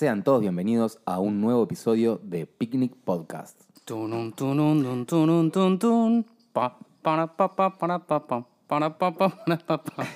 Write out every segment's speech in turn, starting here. Sean todos bienvenidos a un nuevo episodio de Picnic Podcast. Tunun, tunun, dun, tunun, tun, tun. Pa, para, pa, pa, para, pa, pa, para, pa, pa, para, pa, pa.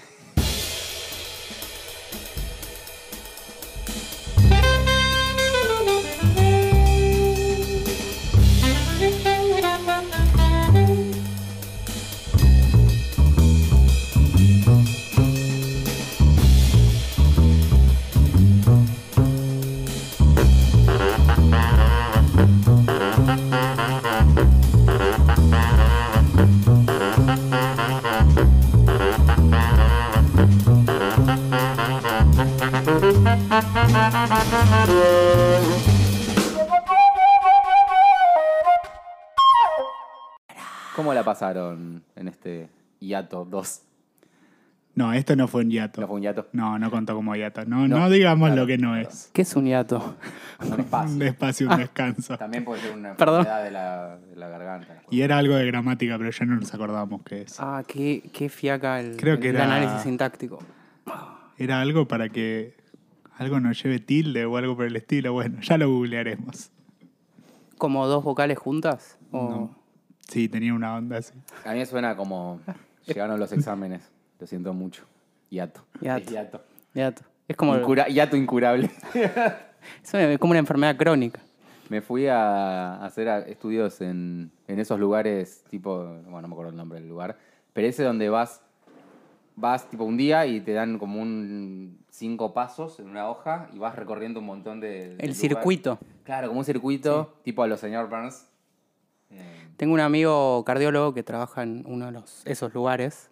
¿Cómo la pasaron en este hiato 2? No, esto no fue un hiato. ¿No fue un hiato? No, no contó como hiato. No, no, digamos claro, lo que no claro. es. ¿Qué es un hiato? Un Ah, Un espacio. despacio, un descanso. También puede ser una Perdón. enfermedad de la, de la garganta. Y era algo de gramática, pero ya no nos acordamos qué es. Ah, qué, qué fiaca el, Creo que el era- análisis sintáctico. Era algo para que algo nos lleve tilde o algo por el estilo. Bueno, ya lo googlearemos. ¿Como dos vocales juntas? ¿O Sí, tenía una onda así. A mí me suena como llegaron los exámenes. Lo siento mucho. Hiato. Hiato. Es hiato. hiato? Es como, Incura- hiato incurable. es una- como una enfermedad crónica. Me fui a hacer a- estudios en, en esos lugares, tipo, bueno, no me acuerdo el nombre del lugar, pero ese donde vas, vas tipo un día y te dan como un cinco pasos en una hoja y vas recorriendo un montón de... de El lugar. circuito. Claro, como un circuito, tipo a los señor Burns. Eh, Tengo un amigo cardiólogo que trabaja en uno de los, esos lugares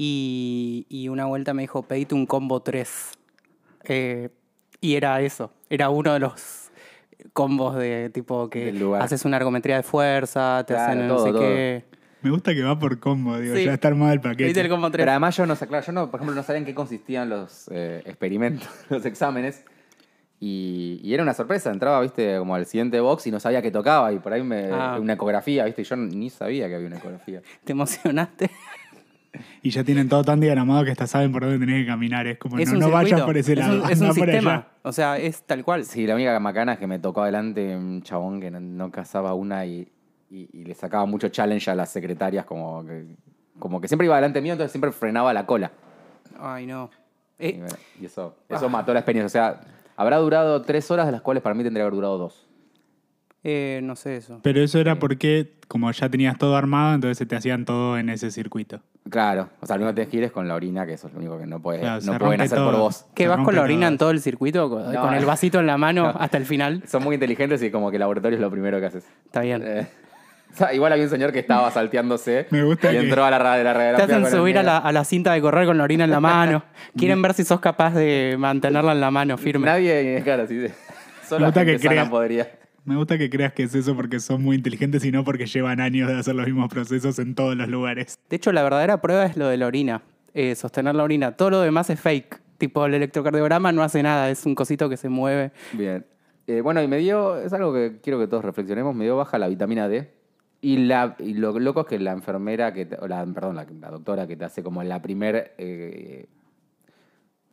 y, y una vuelta me dijo, pedite un combo 3. y era eso, era uno de los combos de tipo que Del lugar. haces una ergometría de fuerza, te Claro, hacen no todo, sé todo. qué. Me gusta que va por combo, digo, Sí. ya está armado el Pedite el paquete. combo 3. Pero además yo no sé, claro, yo no, por ejemplo, no sabía en qué consistían los eh, experimentos, los exámenes. Y, y era una sorpresa, entraba, viste, como al siguiente box y no sabía qué tocaba. Y por ahí me, Ah. una ecografía, viste, y yo ni sabía que había una ecografía. ¿Te emocionaste? Y ya tienen todo tan diagramado que hasta saben por dónde tenés que caminar. Es como, es no, un no circuito, vayas por ese es lado. un, es un anda por sistema, allá. o sea, es tal cual. Sí, la única macana es que me tocó adelante un chabón que no, no cazaba una y, y- y le sacaba mucho challenge a las secretarias, como que, como que siempre iba adelante mío, entonces siempre frenaba la cola. Ay, no. Y, Eh, bueno, y eso, eso mató la experiencia. O sea, habrá durado tres horas, de las cuales para mí tendría que haber durado dos. eh, no sé eso. Pero eso era porque, como ya tenías todo armado, entonces se te hacían todo en ese circuito. Claro, o sea, lo único que te gires con la orina, que eso es lo único que no, puedes, Claro, se no rompe pueden hacer por todo. vos. ¿Qué Se vas con rompe la orina todo. en todo el circuito? Con, No. con el vasito en la mano hasta el final. Son muy inteligentes y como que el laboratorio es lo primero que haces. Está bien. Eh, o sea, igual había un señor que estaba salteándose Me gusta y que- entró a la, ra- de la Te radiografía hacen con el subir a negro. la, a la cinta de correr con la orina en la mano. Quieren ver si sos capaz de mantenerla en la mano firme. Nadie, claro, sí. sí. Solo la gusta gente que sana creas- podría. Me gusta que creas que es eso porque son muy inteligentes y no porque llevan años de hacer los mismos procesos en todos los lugares. De hecho, la verdadera prueba es lo de la orina. eh, sostener la orina. Todo lo demás es fake. Tipo, el electrocardiograma no hace nada. Es un cosito que se mueve. Bien. Eh, bueno, y me dio, es algo que quiero que todos reflexionemos, me dio baja la vitamina D. Y, la, y lo loco es que la enfermera, que te- o la, perdón, la, la doctora que te hace como la primer, eh,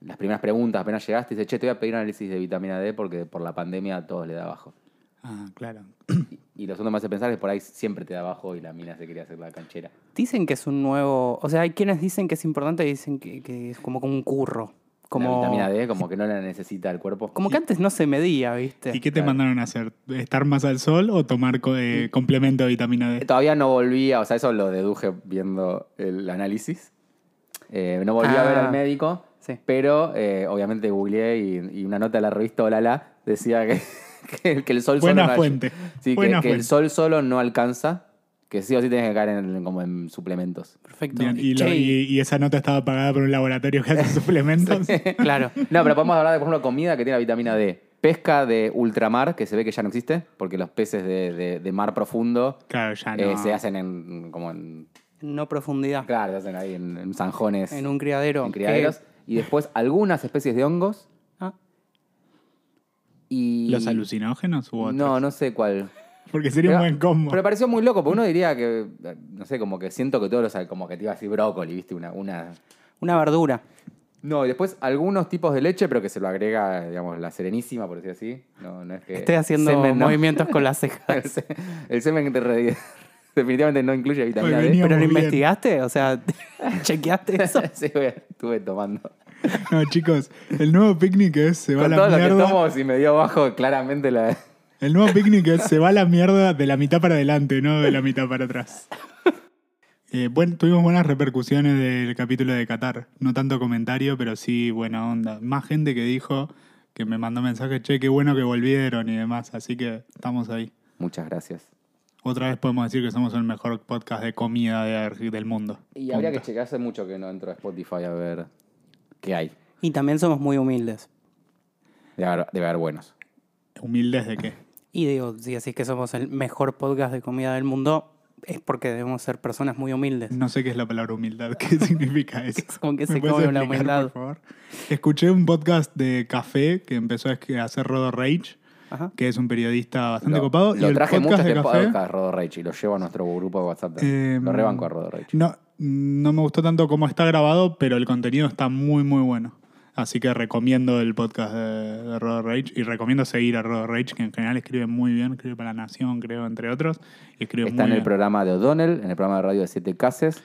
las primeras preguntas, apenas llegaste, dice, che, te voy a pedir un análisis de vitamina D porque por la pandemia a todos le da bajo. Ah, claro. Y, y lo segundo que me hace pensar es por ahí siempre te da bajo y la mina se quería hacer la canchera. Dicen que es un nuevo. O sea, hay quienes dicen que es importante y dicen que, que es como, como un curro. Como, La vitamina D como que no la necesita el cuerpo. como que antes no se medía, ¿viste? ¿Y qué te claro. mandaron a hacer? ¿Estar más al sol o tomar co- eh, complemento de vitamina D? Eh, Todavía no volví, a- o sea, eso lo deduje viendo el análisis. Eh, no volví a ver Ah. al médico, Sí. pero eh, obviamente googleé y, y una nota de la revista Olala decía que, que- que el sol Buena solo no ay- fuente, Sí, que- buena que, el fuente. sol solo no alcanza, que sí o sí tienes que caer en, como en suplementos. Perfecto. Bien, y, lo- Che, y- y esa nota estaba pagada por un laboratorio que hace suplementos. Claro. No, pero podemos hablar de, por ejemplo, comida que tiene la vitamina D. Pesca de ultramar, que se ve que ya no existe, porque los peces de, de- de mar profundo Claro, ya eh, Ah, no. se hacen en, como en... No profundidad. Claro, se hacen ahí en, en zanjones. En un criadero. en que- criaderos. Y después algunas especies de hongos Ah, y... ¿Los alucinógenos u otros? No, no sé cuál. Porque sería un buen combo. Pero me pareció muy loco, porque uno diría que, eh, no sé, como que siento que todos los, como que te iba a decir brócoli, viste, una, una una verdura. No, y después algunos tipos de leche, pero que se lo agrega, digamos, la serenísima, por decir así. No, no es que Estoy haciendo semen, ¿no? movimientos con las cejas. el, se- el semen de re- definitivamente no incluye vitamina Hoy D. venía- ¿Pero lo Muy bien. investigaste? O sea, ¿chequeaste eso? Sí, voy a- estuve tomando. No, chicos, el nuevo picnic es se va Con a la todo lo que mierda. tomo, si me dio bajo, claramente la... El nuevo picnic es se va a la mierda de la mitad para adelante, no de la mitad para atrás. Eh, buen- tuvimos buenas repercusiones del capítulo de Qatar. No tanto comentario, pero sí buena onda. Más gente que dijo que me mandó mensajes, che, qué bueno que volvieron y demás. Así que estamos ahí. Muchas gracias. Otra vez podemos decir que somos el mejor podcast de comida de Ar- del mundo. Y habría que Punto. checar, hace mucho que no entro a Spotify a ver qué hay. Y también somos muy humildes. Debe haber, debe haber buenos. ¿Humildes de qué? Y digo, si decís que somos el mejor podcast de comida del mundo, es porque debemos ser personas muy humildes. No sé qué es la palabra humildad. ¿Qué significa eso? Como que ¿Me se puedes come la explicar, humildad. por favor? Escuché un podcast de Café que empezó a hacer Rodo Rage, Ajá. que es un periodista bastante lo, copado. y lo el traje podcast muchas de Café, temporadas, Rodo Reich, y lo llevo a nuestro grupo de WhatsApp. Eh, lo rebanco a Rodo Reich. No, no me gustó tanto cómo está grabado, pero el contenido está muy, muy bueno. Así que recomiendo el podcast de, de Rodo Rage y recomiendo seguir a Rodo Rage, que en general escribe muy bien, escribe para La Nación, creo, entre otros. Y escribe muy Está en el bien. programa de O'Donnell, en el programa de radio de Siete Cases.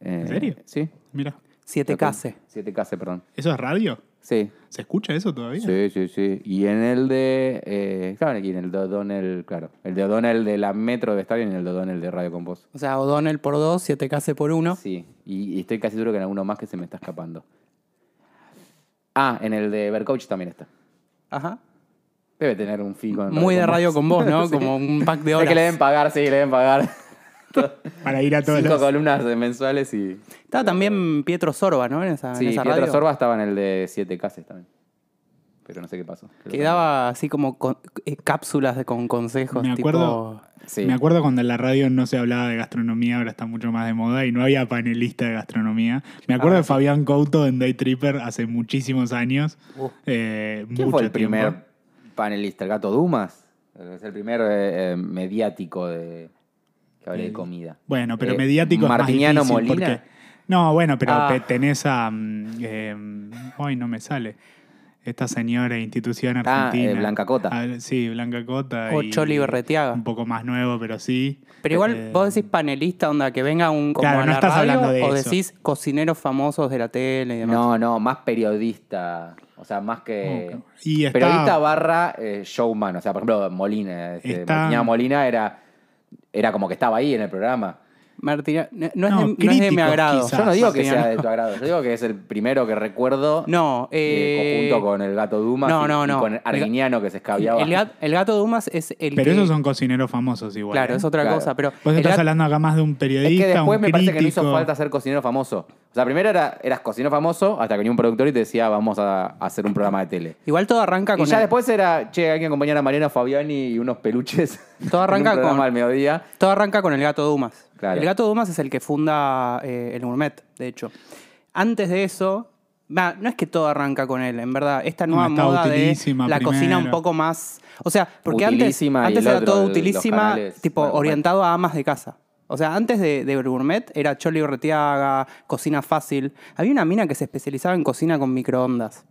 Eh, ¿En serio? Sí. Mira, Siete case. Siete Cases, perdón. ¿eso es radio? Sí. ¿Se escucha eso todavía? Sí, sí, sí. Y en el de. Eh, claro, aquí en el de O'Donnell, claro. El de O'Donnell de la Metro de Estadio y en el de O'Donnell de Radio con Voz. O sea, O'Donnell por dos, siete case por uno. Sí, y, y estoy casi seguro que en alguno más que se me está escapando. Ah, en el de Vercoach también está. Ajá. Debe tener un fee con Muy de radio Voz. con vos, ¿no? Sí. Como un pack de Es horas. que le deben pagar, sí, le deben pagar Para ir a todos cinco los... columnas de mensuales y... Estaba también Pietro Sorba, ¿no? En esa, Ah, en Sí, esa Pietro radio. Sorba estaba en el de 7 cases también. Pero no sé qué pasó. Creo Que daba así como con- eh, cápsulas de- con consejos. Me acuerdo- Tipo... Sí. Me acuerdo cuando en la radio no se hablaba de gastronomía, ahora está mucho más de moda y no había panelista de gastronomía. Ah. Me acuerdo de Fabián Couto en Day Tripper hace muchísimos años. eh, ¿Quién mucho fue el tiempo. primer panelista? ¿El gato Dumas? Es el primer eh, eh, mediático de... que hablé de comida. Bueno, pero Eh, mediático Martiniano es más difícil Molina. porque- No, bueno, pero Ah. te- tenés a... mm, eh, hoy no me sale. Esta señora institución Ah, argentina. eh, Blanca Cota. Ah, sí, Blanca Cota. O y- Choli Berretiaga. Un poco más nuevo, pero sí. Pero igual Eh, vos decís panelista, onda, que venga un como Claro, a no la estás radio, hablando de o eso. decís cocineros famosos de la tele y demás. No, no, más periodista. O sea, más que. Ok. Y está- Periodista barra eh, showman. O sea, por ejemplo, Molina. Este, Está- Martina Molina era, era como que estaba ahí en el programa. Martina, no, no es No, de, no es de mi críticos, agrado. quizás. Yo no digo que Martina, sea de no. tu agrado. Yo digo que es el primero que recuerdo. No, eh, eh, conjunto con el gato Dumas no, y- no, y no. con Arguiñano que se escabiaba. El, gat- el gato Dumas es el Pero que- esos son cocineros famosos igual. Claro, ¿eh? es otra Claro. cosa. Pero Vos el estás gat- hablando acá más de un es periodista, que después un me parece que no hizo crítico. falta ser cocinero famoso. O sea, primero era, eras cocinero famoso hasta que venía un productor y te decía, vamos a hacer un programa de tele. Igual todo arranca Y con ya el- después era, che, hay que acompañar a Mariana Fabiani y unos peluches. Todo arranca en un programa con- al mediodía. Todo arranca con el gato Dumas. Claro. El gato Dumas es el que funda eh, el gourmet, de hecho. Antes de eso, va, no es que todo arranca con él, en verdad. Esta nueva No, está moda de utilísima la cocina un primero. poco más. O sea, porque antes, Utilísima y antes el era otro, todo el- los utilísima, canales, tipo bueno, orientado a amas de casa. O sea, antes de, de gourmet era Choli Orretiaga, cocina fácil. Había una mina que se especializaba en cocina con microondas.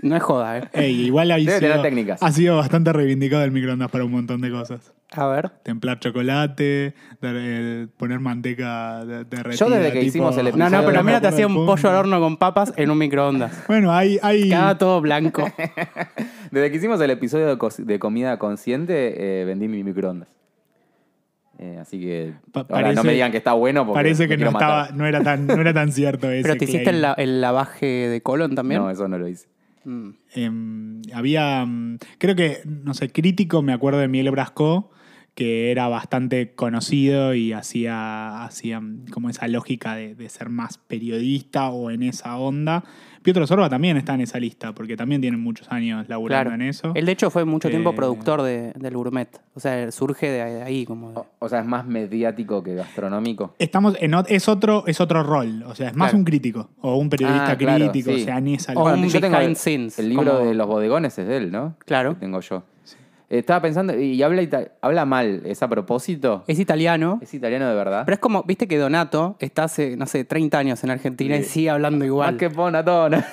No es joda, ¿eh? Ey, igual ha Debe tener sido, técnicas. ha sido bastante reivindicado el microondas para un montón de cosas. A ver. Templar chocolate, dar- eh, poner manteca de- derretida. Yo desde que tipo- hicimos el No, no, Episodio pero la de mina te Pum, hacía un pum. pollo al horno con papas en un microondas. Bueno, hay... hay Quedaba todo blanco. Desde que hicimos el episodio de, co- de comida consciente, eh, vendí mi microondas. Eh, así que Pa- ahora no parece- me digan que está bueno porque parece me que no, quiero matar. estaba, no, era tan, no era tan cierto eso. ¿Pero te hiciste el, la- el lavaje de colon también? No, eso no lo hice. Mm. Em, había, mm, creo que, no sé, crítico, me acuerdo de Miguel Brasco, que era bastante conocido y hacía, hacía mm, como esa lógica de, de ser más periodista o en esa onda. Pietro Sorba también está en esa lista, porque también tiene muchos años laburando Claro. en eso. Él, de hecho, fue mucho tiempo Eh. productor de- del gourmet. O sea, surge de de ahí como... de- O, o sea, es más mediático que gastronómico. Estamos en ot- es, otro, es otro rol, o sea, es más Claro. un crítico o un periodista Ah, claro, crítico, sí. o sea, en esa O lógica. un yo tengo behind el, scenes, el libro como- de los bodegones es de él, ¿no? Claro. Que tengo yo. Eh, Estaba pensando, y habla, ita- habla mal, es a propósito. Es italiano. Es italiano de verdad. Eh, Pero es como, viste que Donato está hace, no sé, 30 años en Argentina y sigue Ah, hablando Más igual. que Ponatona.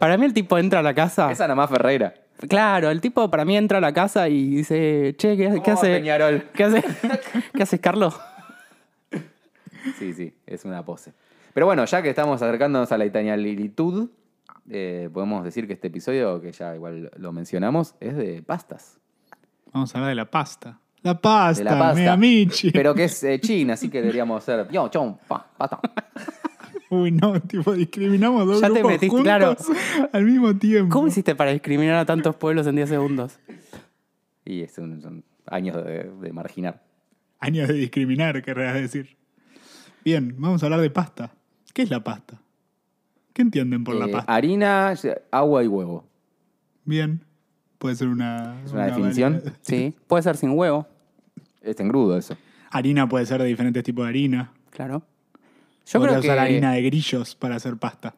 Para mí el tipo entra a la casa. Esa nada más Ferreira. Claro, el tipo para mí entra a la casa y dice, che, ¿qué, ¿Cómo qué va, hace? Peñarol? ¿Qué hace? ¿Qué haces, Carlos? Sí, sí, es una pose. Pero bueno, ya que estamos acercándonos a la italianilitud, eh, podemos decir que este episodio, que ya igual lo mencionamos, es de pastas. Vamos a hablar de la pasta. La pasta, De la pasta. Megamichi. Pero que es eh, china, así que deberíamos ser. Yo, chon, pa, pasta. Uy, no, tipo, discriminamos dos Ya te grupos metiste, juntos claro. al mismo tiempo. ¿Cómo hiciste para discriminar a tantos pueblos en 10 segundos? Y es un- son años de, de marginar. Años de discriminar, querrás decir. Bien, vamos a hablar de pasta. ¿Qué es la pasta? ¿Qué entienden por la Eh, ah. pasta? harina, agua y huevo. Bien, puede ser una... ¿Es una definición? válida- Sí. Puede ser sin huevo, Es engrudo eso. Harina puede ser de diferentes tipos de harina. claro. Yo Podría creo que, usar harina de grillos para hacer pasta.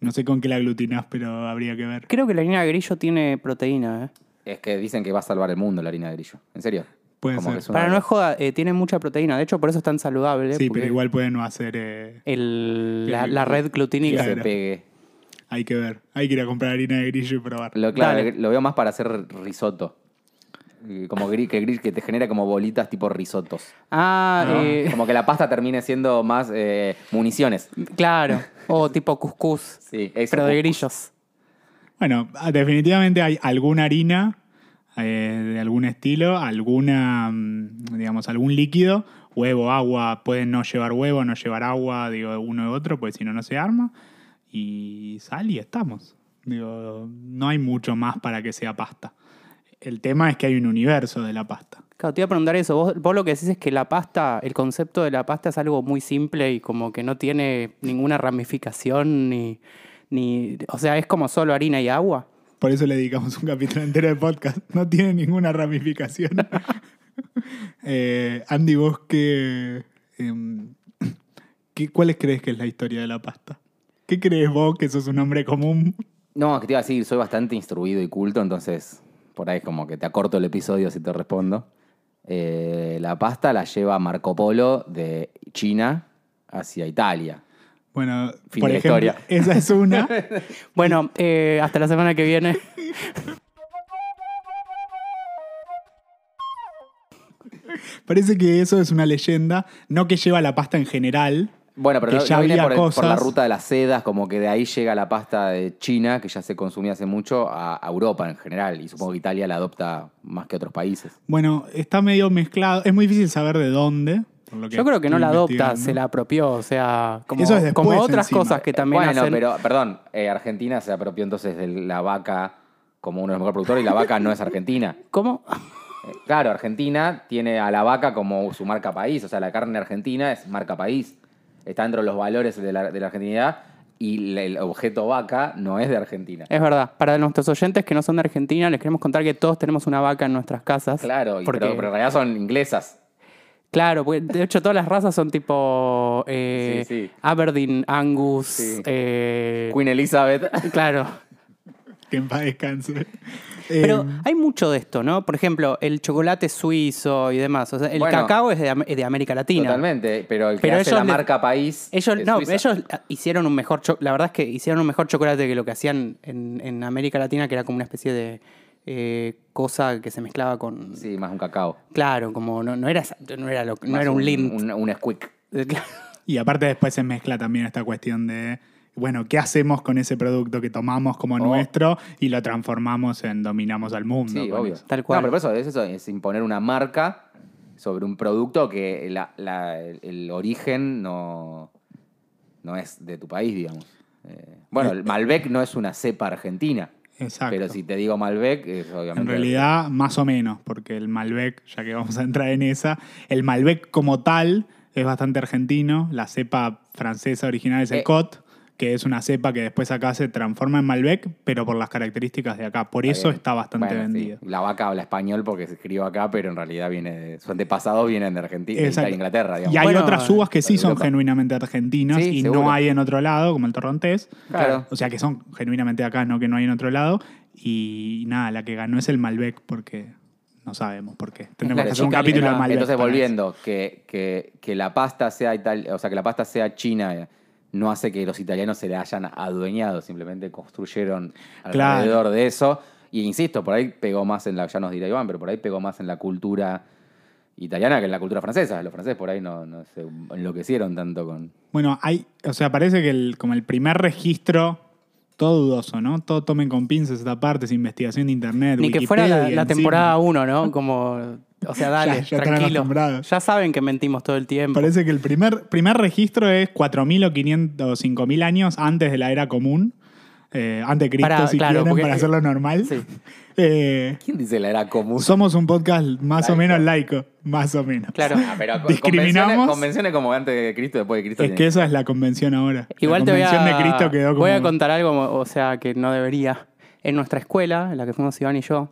No sé con qué la aglutinás, pero habría que ver. creo que la harina de grillo tiene proteína. ¿eh? Es que dicen que va a salvar el mundo la harina de grillo. ¿En serio? Puede ser. que es una- Para no es joda, eh, tiene mucha proteína. De hecho, por eso es tan saludable. Sí, porque pero igual puede no hacer... eh, el- la, Sí. la red que glutínica. se Claro. pegue. Hay que ver. Hay que ir a comprar harina de grillo y probar. Lo, claro, Dale. lo veo más para hacer risotto. Eh, Como gri- que, gris, que te genera como bolitas tipo risotos. Ah, ¿no? eh, Como que la pasta termine siendo más eh, municiones. claro. O tipo cuscús, Sí, eso. pero de grillos. Bueno, ah, definitivamente hay alguna harina eh, de algún estilo, alguna, mm, digamos, algún líquido, huevo, agua, pueden no llevar huevo, no llevar agua, digo, uno u otro, pues si no, no se arma. Y sal y estamos. Digo, no hay mucho más para que sea pasta. El tema es que hay un universo de la pasta. Claro, te iba a preguntar eso. Vos, vos lo que decís es que la pasta, el concepto de la pasta es algo muy simple y como que no tiene ninguna ramificación ni. ni o sea, es como solo harina y agua. Por eso le dedicamos un capítulo entero de podcast. No tiene ninguna ramificación. Eh, Andy, vos qué, em, qué- ¿Cuáles crees que es la historia de la pasta? ¿Qué crees vos que sos un hombre común? No, que te iba a decir, soy bastante instruido y culto, entonces por ahí es como que te acorto el episodio si te respondo. Eh, la pasta la lleva Marco Polo de China hacia Italia. Bueno, Fin por de la ejemplo, historia. esa es una. Bueno, eh, hasta la semana que viene. Parece que eso es una leyenda, no que lleva la pasta en general. Bueno, pero Que no, ya no viene había por, el- por la cosas. ruta de las sedas, como que de ahí llega la pasta de China, que ya se consumía hace mucho, a, a Europa en general. Y supongo que Italia la adopta más que otros países. Bueno, está medio mezclado. Es muy difícil saber de dónde. por lo Yo creo que no la estoy adopta, investigando. se la apropió. O sea, como, Eso es después, como otras encima. Eh, cosas que también bueno, hacen. pero, perdón, eh, Argentina se apropió entonces de la vaca como uno de los mejores productores y la vaca no es Argentina. ¿Cómo? Eh, Claro, Argentina tiene a la vaca como su marca país, o sea, la carne argentina es marca país. Está dentro de los valores de la, de la argentinidad y la- el objeto vaca no es de Argentina. Es verdad. Para nuestros oyentes que no son de Argentina, les queremos contar que todos tenemos una vaca en nuestras casas. Claro, y- porque, pero, pero en realidad son inglesas. Claro, porque de hecho todas las razas son tipo eh, Sí, sí. Aberdeen, Angus, Sí. eh, Queen Elizabeth. claro. Que en paz descanse. Pero Em, hay mucho de esto, ¿no? Por ejemplo, el chocolate suizo y demás. O sea, el Bueno. cacao es de, Am- es de América Latina. Totalmente, pero el que Pero hace la ellos le- marca país. Ellos, es no, Suiza. ellos hicieron un mejor cho- La verdad es que hicieron un mejor chocolate que lo que hacían en, en América Latina, que era como una especie de eh, cosa que se mezclaba con. Sí, más un cacao. Claro, como no, no era esa- no era, lo- no Más era un lint. Un, un squeak. Eh, claro. Y aparte después se mezcla también esta cuestión de, bueno, ¿qué hacemos con ese producto que tomamos como Oh. nuestro y lo transformamos en dominamos al mundo? Sí, con obvio. eso? Tal cual. No, pero por eso es, eso, es imponer una marca sobre un producto que la- la- el, el origen no, no es de tu país, digamos. Eh, bueno, el Malbec no es una cepa argentina. eh, Exacto. Pero si te digo Malbec, es obviamente. En realidad, más o menos, porque el Malbec, ya que vamos a entrar en esa, el Malbec como tal es bastante argentino, la cepa francesa original es el Eh. Cot, que es una cepa que después acá se transforma en Malbec, pero por las características de acá, por eso bien. está bastante Bueno, sí, vendido. La vaca habla español porque se escribió acá, pero en realidad viene de, su antepasado viene de Argentina, de Exacto. Inglaterra, digamos. Y hay Bueno, otras uvas que sí son Europa. genuinamente argentinas Sí, y seguro. no hay en otro lado, como el torrontés. Claro. O sea que son genuinamente acá, no que no hay en otro lado. Y nada, la que ganó es el Malbec, porque No sabemos por qué. Tenemos que hacer un chica capítulo alemana. de Malbec. Entonces, para volviendo, que, que, que la pasta sea ital- o sea, que la pasta sea china eh, no hace que los italianos se le hayan adueñado, simplemente construyeron Claro. alrededor de eso. Y insisto, por ahí pegó más en la, ya nos dirá Iván, pero por ahí pegó más en la cultura italiana que en la cultura francesa. Los franceses por ahí no, no se enloquecieron tanto con... eso. Bueno, hay, o sea, parece que el, como el primer registro, todo dudoso, ¿no? Todo tomen con pinzas esta parte, es investigación de internet. Ni que fuera la- la, Wikipedia, encima. temporada 1, ¿no? Como, o sea, dale, Ya- ya están tranquilo. acostumbrados. Ya saben que mentimos todo el tiempo. Parece que el primer, primer registro es 4.000 o 500 o 5.000 años antes de la era común. Eh, antes de Cristo, Para- si claro, quieren, porque- para hacerlo normal. Sí. Eh, ¿Quién dice la era común? somos un podcast más o menos laico, más o menos. Claro. Ah, pero con- Discriminamos. Convenciones, convenciones como antes de Cristo, después de Cristo. Es tiene- que esa es la convención ahora. Igual la te voy convención a, de Cristo quedó como... voy a contar algo, o sea, que no debería. En nuestra escuela, en la que fuimos Iván y yo,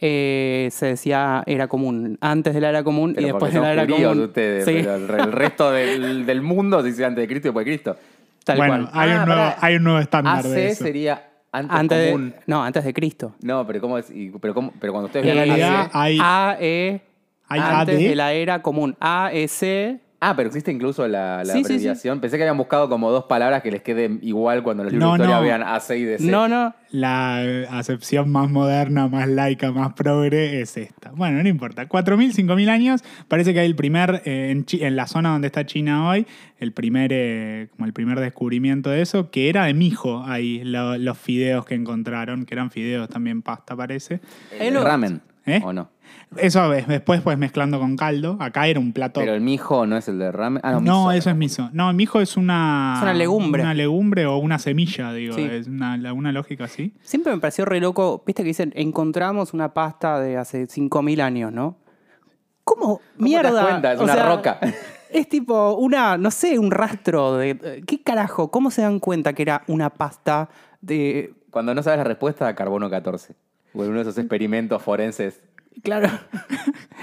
eh, se decía era común. Antes de la era común Pero y porque después de la son era judíos común. ustedes, Sí, pero el, re- el resto del, del mundo se dice antes de Cristo y después de Cristo. tal cual. bueno, hay, Ah, un nuevo, pará. hay un nuevo estándar de AC eso. sería antes, Antes de, común. no, antes de Cristo. No, pero ¿cómo es? Y- pero, cómo- pero cuando ustedes En ven realidad AC- hay, A, E, hay antes AD. de la era común. A, E, C. Ah, pero existe incluso la, la Sí, sí, sí. abreviación. Pensé que habían buscado como dos palabras que les queden igual cuando los libros No, de historia no. vean AC y DC. No, no. La eh, acepción más moderna, más laica, más progre es esta. Bueno, no importa. 4.000, 5.000 años. Parece que hay el primer, eh, en, Chi- en la zona donde está China hoy, el primer, eh, como el primer descubrimiento de eso, que era de mijo ahí, lo- los fideos que encontraron, que eran fideos también pasta parece. El Elo. ramen. ¿Eh? ¿O no? Eso ves, después pues mezclando con caldo. Acá era un plato Pero el mijo no es el de ramen. Ah, no, no, miso. eso es miso. No, mijo es una. Es una legumbre. Una legumbre o una semilla, digo. Sí. Es una, la- una lógica así. Siempre me pareció re loco, viste que dicen, encontramos una pasta de hace 5.000 años, ¿no? ¿Cómo? mierda. te das cuenta? Es O una sea, roca. Es tipo una, no sé, un rastro de... ¿Qué carajo? ¿Cómo se dan cuenta que era una pasta de... Cuando no sabes la respuesta, carbono 14. O en uno de esos experimentos forenses. Claro.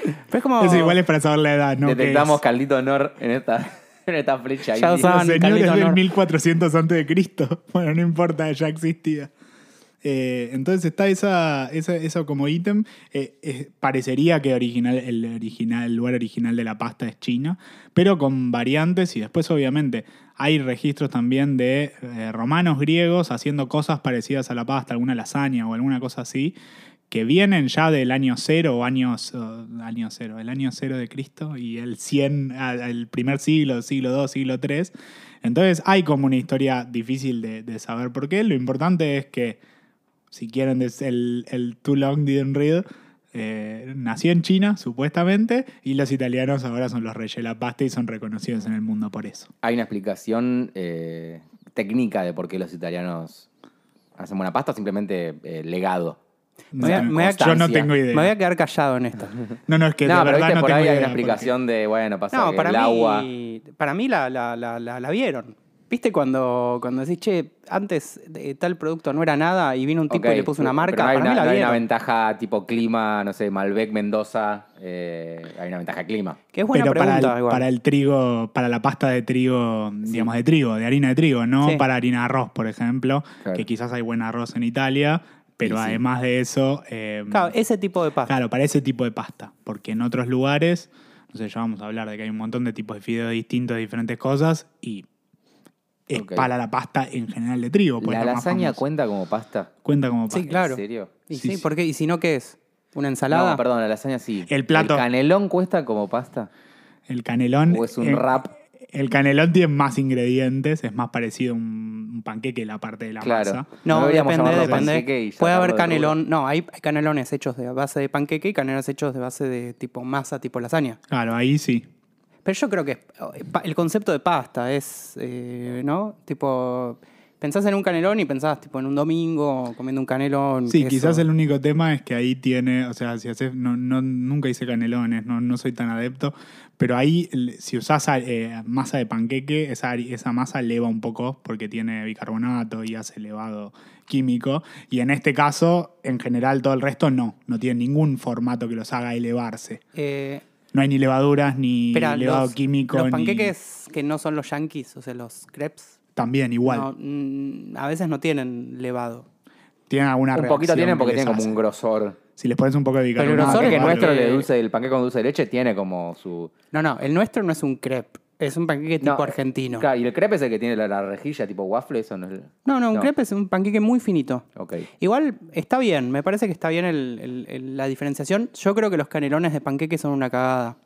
Pero es como... Eso igual es para saber la edad, ¿no? Detectamos que Carlito Honor en esta, en esta flecha. Ya ahí. lo saben. San Los señores Carlito del Honor. 1400 antes de Cristo. Bueno, no importa, ya existía. Eh, entonces está esa, esa- eso como ítem. Eh, es- parecería que original, el, original, el lugar original de la pasta es China, pero con variantes y después obviamente hay registros también de eh, romanos griegos haciendo cosas parecidas a la pasta, alguna lasaña o alguna cosa así, que vienen ya del año cero o años, eh, año cero, el año cero de Cristo y el 100, al- el primer siglo, siglo 2, siglo 3. Entonces hay como una historia difícil de, de saber por qué. Lo importante es que, si quieren des- el, el Too Long Didn't Read, eh, nació en China, supuestamente, y los italianos ahora son los reyes de la pasta y son reconocidos en el mundo por eso. Hay una explicación eh, técnica de por qué los italianos hacen buena pasta, o simplemente eh, legado. Me voy a- me voy a- yo no tengo idea. Me voy a quedar callado en esto. No, no, es que de no, pero verdad viste, no por tengo ahí hay idea una por qué. explicación de, bueno, pasa No, que para el mí, agua... para mí la, la, la, la, la vieron. ¿Viste cuando, cuando decís, che, antes eh, tal producto no era nada y vino un tipo Ok, y le puso pero- una marca? pero no hay Para mí una, la no hay una vieron. ventaja tipo clima, no sé, Malbec, Mendoza, eh, hay una ventaja clima. que es buena pero pregunta, para el, igual. para el trigo, para la pasta de trigo, digamos de trigo, de harina de trigo, no Sí. para harina de arroz, por ejemplo, Claro. que quizás hay buen arroz en Italia, pero Y sí. además de eso, eh, Claro, ese tipo de pasta. claro, para ese tipo de pasta, porque en otros lugares, no sé, ya vamos a hablar de que hay un montón de tipos de fideos distintos, de diferentes cosas, y es Ok. para la pasta en general de trigo. pues, ¿La lo más lasaña famoso. cuenta como pasta? cuenta como pasta. Sí, claro. ¿En serio? ¿Y Sí, sí, sí. ¿por qué? ¿Y si no qué es? ¿Una ensalada? No, perdón, la lasaña sí. El plato. ¿El canelón cuesta como pasta? El canelón. ¿O es un eh, wrap? El canelón tiene más ingredientes, es más parecido a un, un panqueque la parte de la Claro. masa. No, deberíamos depende, llamarlo panqueque y depende. Puede llamarlo haber de canelón. No, hay hay canelones hechos de base de panqueque y canelones hechos de base de tipo masa, tipo lasaña. Claro, ahí sí. Pero yo creo que eh, pa- el concepto de pasta es, eh, ¿no? Tipo, pensás en un canelón y pensás tipo en un domingo comiendo un canelón. Sí, queso. quizás el único tema es que ahí tiene, o sea, si haces, no, no- nunca hice canelones, no, no soy tan adepto, pero ahí el- si usás eh, masa de panqueque, esa, hari- esa masa eleva un poco porque tiene bicarbonato y hace elevado químico, y en este caso, en general, todo el resto no, no tiene ningún formato que los haga elevarse. Eh, No hay ni levaduras, ni espera, elevado los, químico. los ni- panqueques que no son los yanquis, o sea, los crepes, También igual. no, mm, a veces no tienen levado. Tienen alguna Un poquito reacción tienen que porque les tienen como hace. un grosor. Si les pones un poco de bicarbonato. Pero No, nosotros que el porque- nuestro de dulce, el panqueque con dulce de leche tiene como su... No, no, el nuestro no es un crepe. Es un panqueque tipo eh, No, argentino. Claro, y el crepe es el que tiene la, la rejilla tipo waffle, eso no es... el- No, no, un No. crepe es un panqueque muy finito. Ok. Igual está bien, me parece que está bien el- el- el- la diferenciación. Yo creo que los canelones de panqueque son una cagada.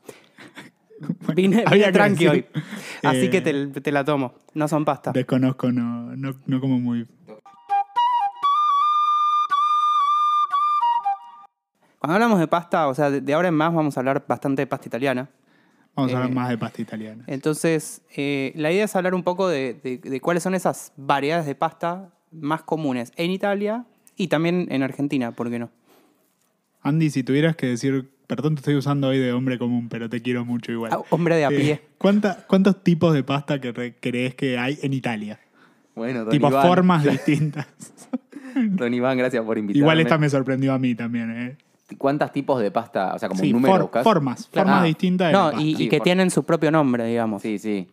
Vine, había vine que tranqui decir. hoy. Así Eh, que te, te la tomo. No son pasta. Desconozco, no, no, no como muy. Cuando hablamos de pasta, o sea, de, de ahora en más vamos a hablar bastante de pasta italiana. Vamos a hablar Eh, más de pasta italiana. Entonces, eh, la idea es hablar un poco de, de- de cuáles son esas variedades de pasta más comunes en Italia y también en Argentina, ¿por qué no? Andy, si tuvieras que decir, perdón, te estoy usando hoy de hombre común, pero te quiero mucho igual. Ah, hombre de a Eh, pie. ¿cuánta- ¿Cuántos tipos de pasta que re- crees que hay en Italia? Bueno, Don Tipo Iván, formas distintas. Don Iván, gracias por invitarme. Igual esta me sorprendió a mí también. ¿eh? ¿Cuántos tipos de pasta? O sea, como Sí, un número for- buscas. formas, Claro. formas Ah, distintas de la No, pasta. y, y Sí, que por- tienen su propio nombre, digamos. Sí, sí.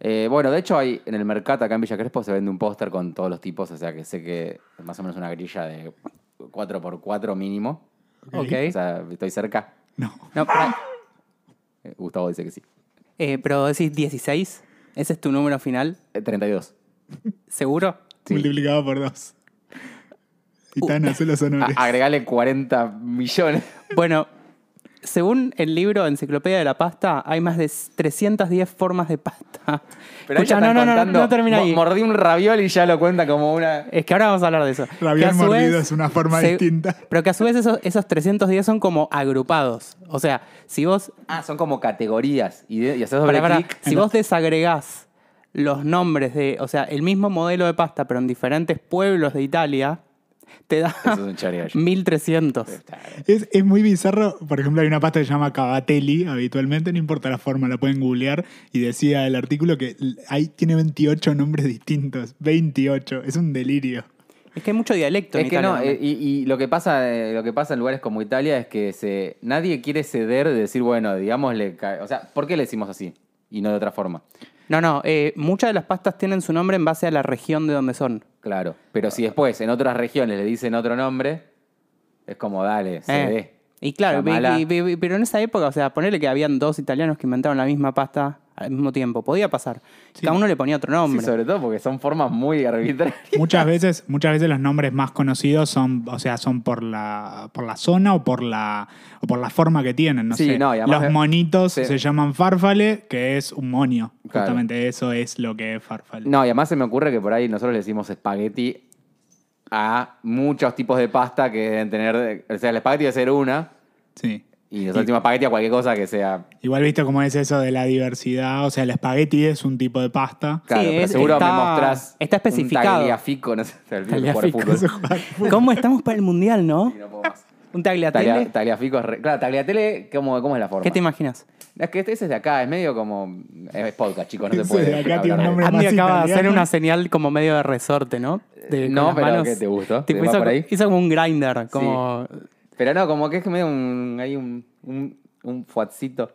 Eh, bueno, de hecho, hay, en el mercado acá en Villa Crespo se vende un póster con todos los tipos, o sea que sé que es más o menos una grilla de 4x4 mínimo. Ok. O sea, estoy cerca. No, No, pará. Eh, Gustavo dice que sí. Eh, pero decís 16. Ese es tu número final, Eh, 32. ¿seguro? Sí. multiplicado por dos. Uh. Y tan hace los A- honores. Ah, agregale 40 millones. Bueno, según el libro Enciclopedia de la Pasta, hay más de 310 formas de pasta. Pero ahí ya Escuchá, están no, no, no, contando, no, no termina "Mo- ahí. Mordí un ravioli y ya lo cuenta como una. Es que ahora vamos a hablar de eso. Raviol Que a su mordido es una forma se- distinta. Pero que a su vez esos, esos 310 son como agrupados. O sea, si vos, Ah, son como categorías. Y, de- y haces doble pará, pará, clic. si vos desagregás los nombres de, o sea, el mismo modelo de pasta, pero en diferentes pueblos de Italia, te da Eso es un chariayo. 1300. Es, es muy bizarro, por ejemplo, hay una pasta que se llama cavatelli, habitualmente, no importa la forma, la pueden googlear, y decía el artículo que l- ahí tiene 28 nombres distintos, 28, es un delirio. Es que hay mucho dialecto en Es que Italia no, también. eh, y, y lo que pasa, eh, lo que pasa en lugares como Italia es que se, nadie quiere ceder de decir, bueno, digámosle, ca- o sea, ¿por qué le decimos así? Y no de otra forma. No, no, eh, muchas de las pastas tienen su nombre en base a la región de donde son. Claro. Pero si después en otras regiones le dicen otro nombre, es como dale, cede. Eh, Y claro, vi- Llamala. vi- vi- vi- pero en esa época, o sea, ponerle que habían dos italianos que inventaron la misma pasta al mismo tiempo, podía pasar. Cada uno le ponía otro Sí, nombre. sobre todo porque son formas muy arbitrarias. Muchas veces, muchas veces los nombres más conocidos son, o sea, son por la, por la zona o por la, o por la forma que tienen, no Sí, sé. no, y además- los monitos sí. se llaman farfale, que es un monio. Claro. Justamente eso es lo que es farfale. No, y además se me ocurre que por ahí nosotros le decimos espagueti a muchos tipos de pasta que deben tener. O sea, el espagueti debe ser una. Sí. Y nosotros decimos espagueti a cualquier cosa que sea. Igual visto cómo es eso de la diversidad, o sea, el espagueti es un tipo de pasta. Claro, pero es- seguro está- me mostrás. está especificado. Un tagliafico, no sé, el Tagliafico. jugar fútbol. ¿Cómo estamos para el mundial, no? Y no puedo más. Un tagliatelle. Taglia- tagliafico es re- Claro, tagliatele, ¿cómo, ¿cómo es la forma? ¿Qué te imaginas? Es que este ese es de acá, es medio como. Es podcast, chicos, no se Ese puede. de acá hablar tiene un de- nombre- Andy más acaba de hacer italiano. una señal como medio de resorte, ¿no? De- con Eh, No, las pero ¿qué te gustó? Tipo, ¿Te va hizo, por ahí? hizo como un grinder, como... Pero no, como que es que medio un. Hay un. Un, un fuatcito.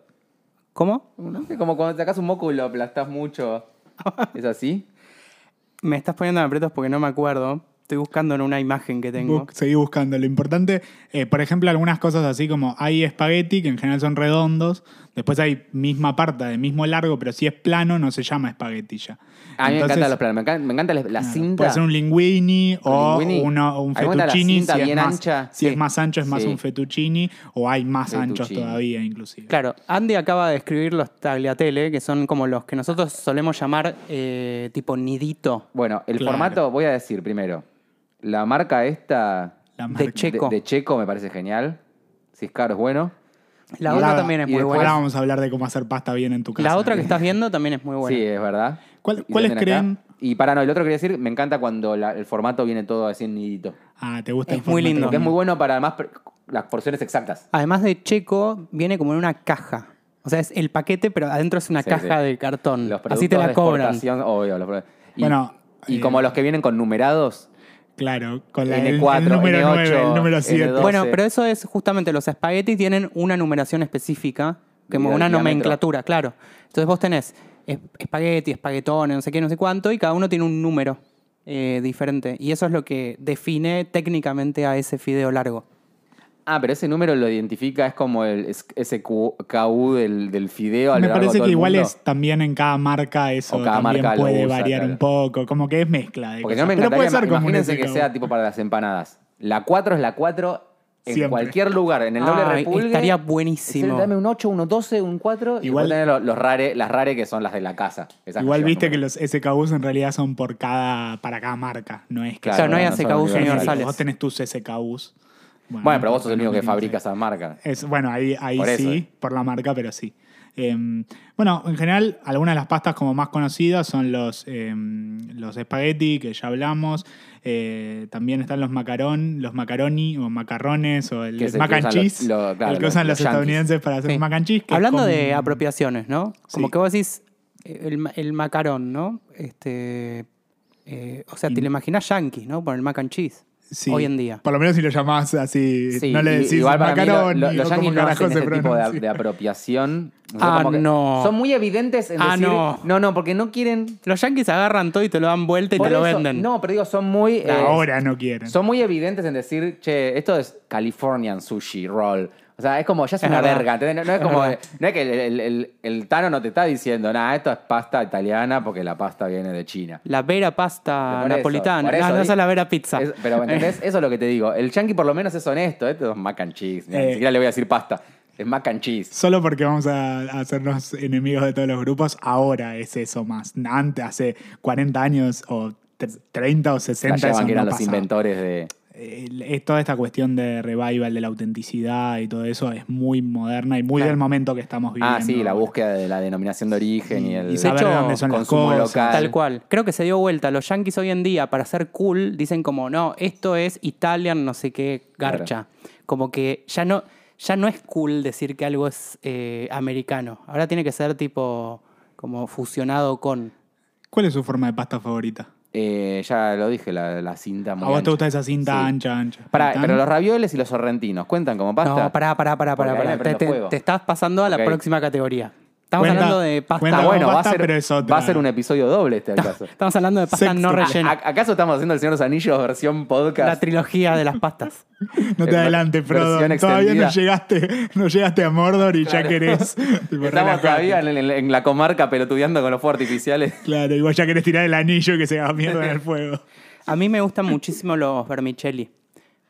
¿Cómo? No sé, como cuando sacas un moco y lo aplastás mucho. ¿Es así? Me estás poniendo en aprietos porque no me acuerdo. Estoy buscando en una imagen que tengo. Bu- seguí buscando. Lo importante, eh, por ejemplo, algunas cosas así como hay espagueti, que en general son redondos, después hay misma parte, de mismo largo, pero si es plano no se llama espagueti ya. Ah, A mí me Entonces, encantan los planos, me encanta, me encanta la- la claro, cinta. Puede ser un linguini o linguini. uno- o un A mí me gusta la fettuccini. cinta si es bien más, ancha. Si Sí. es más ancho es más Sí. un fettuccini o hay más anchos Fettuccini. todavía inclusive. Claro, Andy acaba de escribir los tagliatelle, que son como los que nosotros solemos llamar eh, tipo nidito. Bueno, el Claro. formato, voy a decir primero. La marca esta La De marca. che- Checo. De, de Checo me parece genial. Si es caro, es bueno. La Y otra ahora- también es y muy después- Ahora buena. vamos a hablar de cómo hacer pasta bien en tu casa. La otra que estás viendo también es muy buena. Sí, es verdad. ¿Cuál- Y lo ¿Cuáles venden acá. creen? Y para no, el otro quería decir, me encanta cuando la- el formato viene todo así en nidito. Ah, te gusta Es el muy formato lindo. Porque es muy bueno para además pre- las porciones exactas. Además de checo, viene como en una caja. O sea, es el paquete, pero adentro es una Sí, caja sí. de cartón. Los productos Mm. Así te la de cobran. exportación, obvio, los productos. y, Bueno, y eh, como los que vienen con numerados, Claro, con la, N4, el, el número N8, 9, el número 7. N12. Bueno, pero eso es justamente, los espaguetis tienen una numeración específica, como Medida, una diámetro. nomenclatura, claro. Entonces vos tenés es- espagueti, espaguetones, no sé qué, no sé cuánto, y cada uno tiene un número eh, diferente. Y eso es lo que define técnicamente a ese fideo largo. Ah, pero ese número lo identifica, es como el es- ese Q- KU del, del fideo. a lo Me largo de parece todo que el igual mundo. es también en cada marca eso O cada también marca lo puede usa, variar claro. un poco, como que es mezcla de Porque cosas. no me Pero encantaría, puede ser como un imagínense que SKU. sea tipo para las empanadas. La 4 es la 4 en Siempre. cualquier lugar, en el doble Ay, repulgue. estaría es el buenísimo. Dame un 8, un 12, un 4. Igual- Igual tener los, los rare, las rare que son las de la casa. Esas Igual llevan viste que números. los SKUs en realidad son por cada para cada marca, no es que Claro, no hay son SKUs universales. vos tenés tus SKUs. Bueno, pero vos sos el no único que tiene fabrica sentido. esas marcas. Es, bueno, ahí, ahí Por eso, sí, eh. por la marca, pero sí. Em, bueno, en general, algunas de las pastas como más conocidas son los, em, los espagueti, que ya hablamos. Eh, también están los macarón, los macaroni o macarrones o el Que es el mac que and usan los- cheese, lo- claro, el que los- usan los, los yanquis. estadounidenses para hacer Sí. mac and cheese. que es Hablando con- de apropiaciones, ¿no? Como Sí. que vos decís el, ma- el macarón, ¿no? Este, eh, o sea, te lo imaginas yankees, ¿no? Por el mac and cheese. sí. Hoy en día. Por lo menos si lo llamás así, Sí, Eh, no le y- decís igual para mí lo- macaroni lo- o los como yanquis no carajo hacen se ese tipo de, pronuncia. de apropiación. O Ah, como que no. Son muy evidentes en Ah, decir... no. No, no, porque no quieren... Los yankees agarran todo y te lo dan vuelta y Por te lo eso- venden. No, pero digo, son muy... Ah, eh, Ahora no quieren. Son muy evidentes en decir, che, esto es Californian sushi roll. O sea, es como, ya es, Es una verdad. verga, ¿entendés? No, no es Es como, verdad. no es que el, el- el- el Tano no te está diciendo, nada, esto es pasta italiana porque la pasta viene de China. La vera pasta Por eso, napolitana. por eso, no, no, di- esa es la vera pizza. Es- pero, ¿entendés? Eso es lo que te digo. El yankee por lo menos es honesto, esto es mac and cheese. Ni Eh. siquiera le voy a decir pasta, es mac and cheese. Solo porque vamos a a hacernos enemigos de todos los grupos, ahora es eso más. Antes, hace 40 años o tre- 30 o La 60 eso llevan que eran no los pasaba. inventores de... El- es toda esta cuestión de revival, de la autenticidad y todo eso es muy moderna y muy Claro. del momento que estamos viviendo. Ah, sí, la búsqueda de la denominación de origen y, Y, el... y saber De de hecho, dónde son las consumo cosas. local. Tal cual. Creo que se dio vuelta. Los yankees hoy en día, para ser cool, dicen como, no, esto es Italian, no sé qué, garcha. Como que ya no, ya no es cool decir que algo es eh, americano. Ahora tiene que ser tipo como fusionado con. ¿Cuál es su forma de pasta favorita? Eh, ya lo dije, la, la cinta muy ¿A vos te ancha. gusta esa cinta Sí. ancha, ancha? Pará, ¿Están? pero los ravioles y los sorrentinos, ¿cuentan como pasta? No, pará, pará, pará, pará. Porque ahí pará. me Te, prendo te- fuego. te estás pasando a la Ok. próxima categoría. Estamos Cuenta- hablando de pasta. Ah, cuenta- bueno, va, Pasta, a ser, pero es otra. va a ser un episodio doble este caso. Estamos hablando de pasta Sexto. Ah, no rellena. ¿A- ¿Acaso estamos haciendo el Señor de los Anillos versión La podcast? trilogía de las pastas. No te Ver- adelantes, Frodo. eh, versión Todavía no extendida. llegaste, no llegaste a Mordor y ya Claro. querés. tipo, Estamos relajarte. todavía en, en- en la comarca pelotudeando con los fuegos artificiales. Claro, y vos ya querés tirar el anillo y que se haga mierda en el fuego. A mí me gustan muchísimo los vermicelli.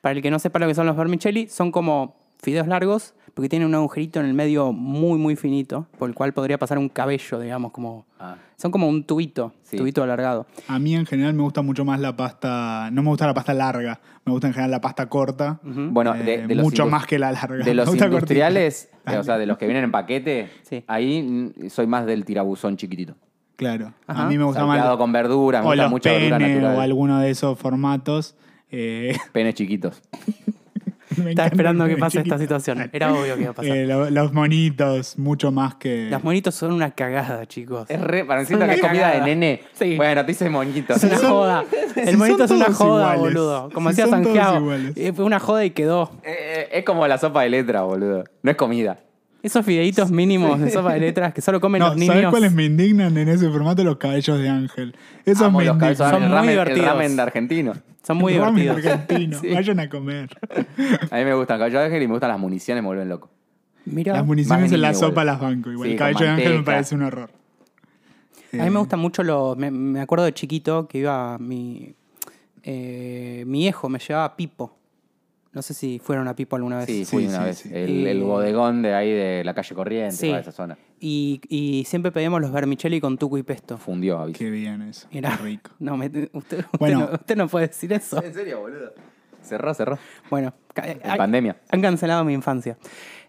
Para el que no sepa lo que son los vermicelli, son como fideos largos, porque tienen un agujerito en el medio muy, muy finito, por el cual podría pasar un cabello, digamos, como... Ah. Son como un tubito, Sí. tubito alargado. A mí en general me gusta mucho más la pasta. No me gusta la pasta larga, me gusta en general la pasta corta. Bueno, eh, de, de los mucho indus- más que la larga. De Me los gusta cortita. industriales, eh, o sea, de los que vienen en paquete, Sí. ahí mm, soy más del tirabuzón chiquitito. Claro. Ajá. A mí me gusta más. Salteado con verduras, me o gusta los mucha verdura pene natural. o alguno de esos formatos. Eh, Penes chiquitos. Estaba me encanta esperando el que pene pase esta chiquito. situación. Era obvio que iba a pasar. Eh, lo- los monitos, mucho más que. Las monitos son una cagada, chicos. Es re, para siento una que es comida de cagada. nene. Sí. Bueno, te hice moñitos. Es una son- joda. El si monito son es una todos joda, iguales. boludo. Como Si decía son todos Sanjeado. iguales. eh, Fue una joda y quedó. Eh, eh, es como la sopa de letra, boludo. No es comida. Esos fideitos mínimos de sopa de letras que solo comen No, los ¿sabés niños. cuáles me indignan en ese formato? Los cabellos de ángel. Esos Amo me los indignan. cabezos de Son ángel, el muy ramen- divertidos. El ramen de argentino. Son muy Ramen divertidos. argentino. Sí. Vayan a comer. A mí me gustan cabello de ángel y me gustan las municiones, me vuelven loco. Mirá. Las Más municiones de en la niño, sopa igual. las banco. Igual Sí, el con cabello de ángel me manteca. parece un horror. A mí Eh, me gustan mucho los. Me, me acuerdo de chiquito que iba mi. eh, mi hijo me llevaba a Pipo. No sé si fueron a Pipo alguna vez. Sí, Sí, fui una sí, vez. sí. El, el Y- bodegón de ahí de la calle Corriente, Sí. toda esa zona. Y, y siempre pedíamos los vermicelli con tuco y pesto. Fundió, aviso. Qué bien eso. Mirá. Qué rico. No, me- usted, usted Bueno. no, usted no puede decir eso. ¿En serio, boludo? Cerró, cerró. Bueno, ca- En ha- pandemia. han cancelado mi infancia.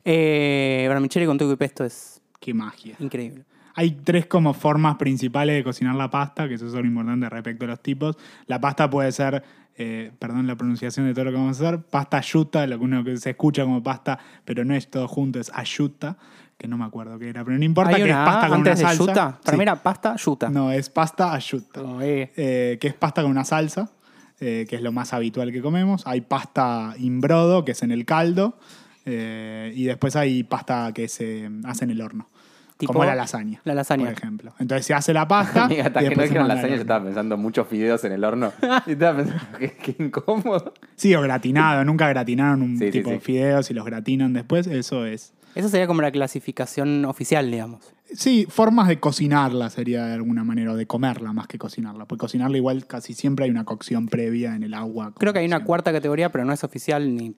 Eh, vermicelli con tuco y pesto es Qué magia. increíble. Hay tres como formas principales de cocinar la pasta, que eso es lo importante respecto a los tipos. La pasta puede ser, eh, perdón la pronunciación de todo lo que vamos a hacer, pasta yuta, lo que uno que se escucha como pasta, pero no es todo junto, es ayuta, que no me acuerdo qué era, pero no importa Hay que es una A pasta con antes una de salsa. yuta. Para Sí. mí era pasta yuta. No, es pasta ayuta. Oh, eh. eh, que es pasta con una salsa, eh, que es lo más habitual que comemos. Hay pasta imbrodo, que es en el caldo, eh, y después hay pasta que se hace en el horno. Tipo, como la lasaña. La lasaña. Por ejemplo. Entonces se hace la pasta. Amiga, hasta Ah. y que no después se dijeron manda lasaña, al yo horno. estaba pensando muchos fideos en el horno. Y estaba pensando, qué, qué incómodo. Sí, o gratinado. Nunca gratinaron un Sí, sí, tipo de sí. fideos y los gratinan después. Eso es. Esa sería como la clasificación oficial, digamos. Sí, formas de cocinarla sería de alguna manera, o de comerla más que cocinarla. Porque cocinarla igual casi siempre hay una cocción previa en el agua. como Creo que hay una siempre. cuarta categoría, pero no es oficial ni,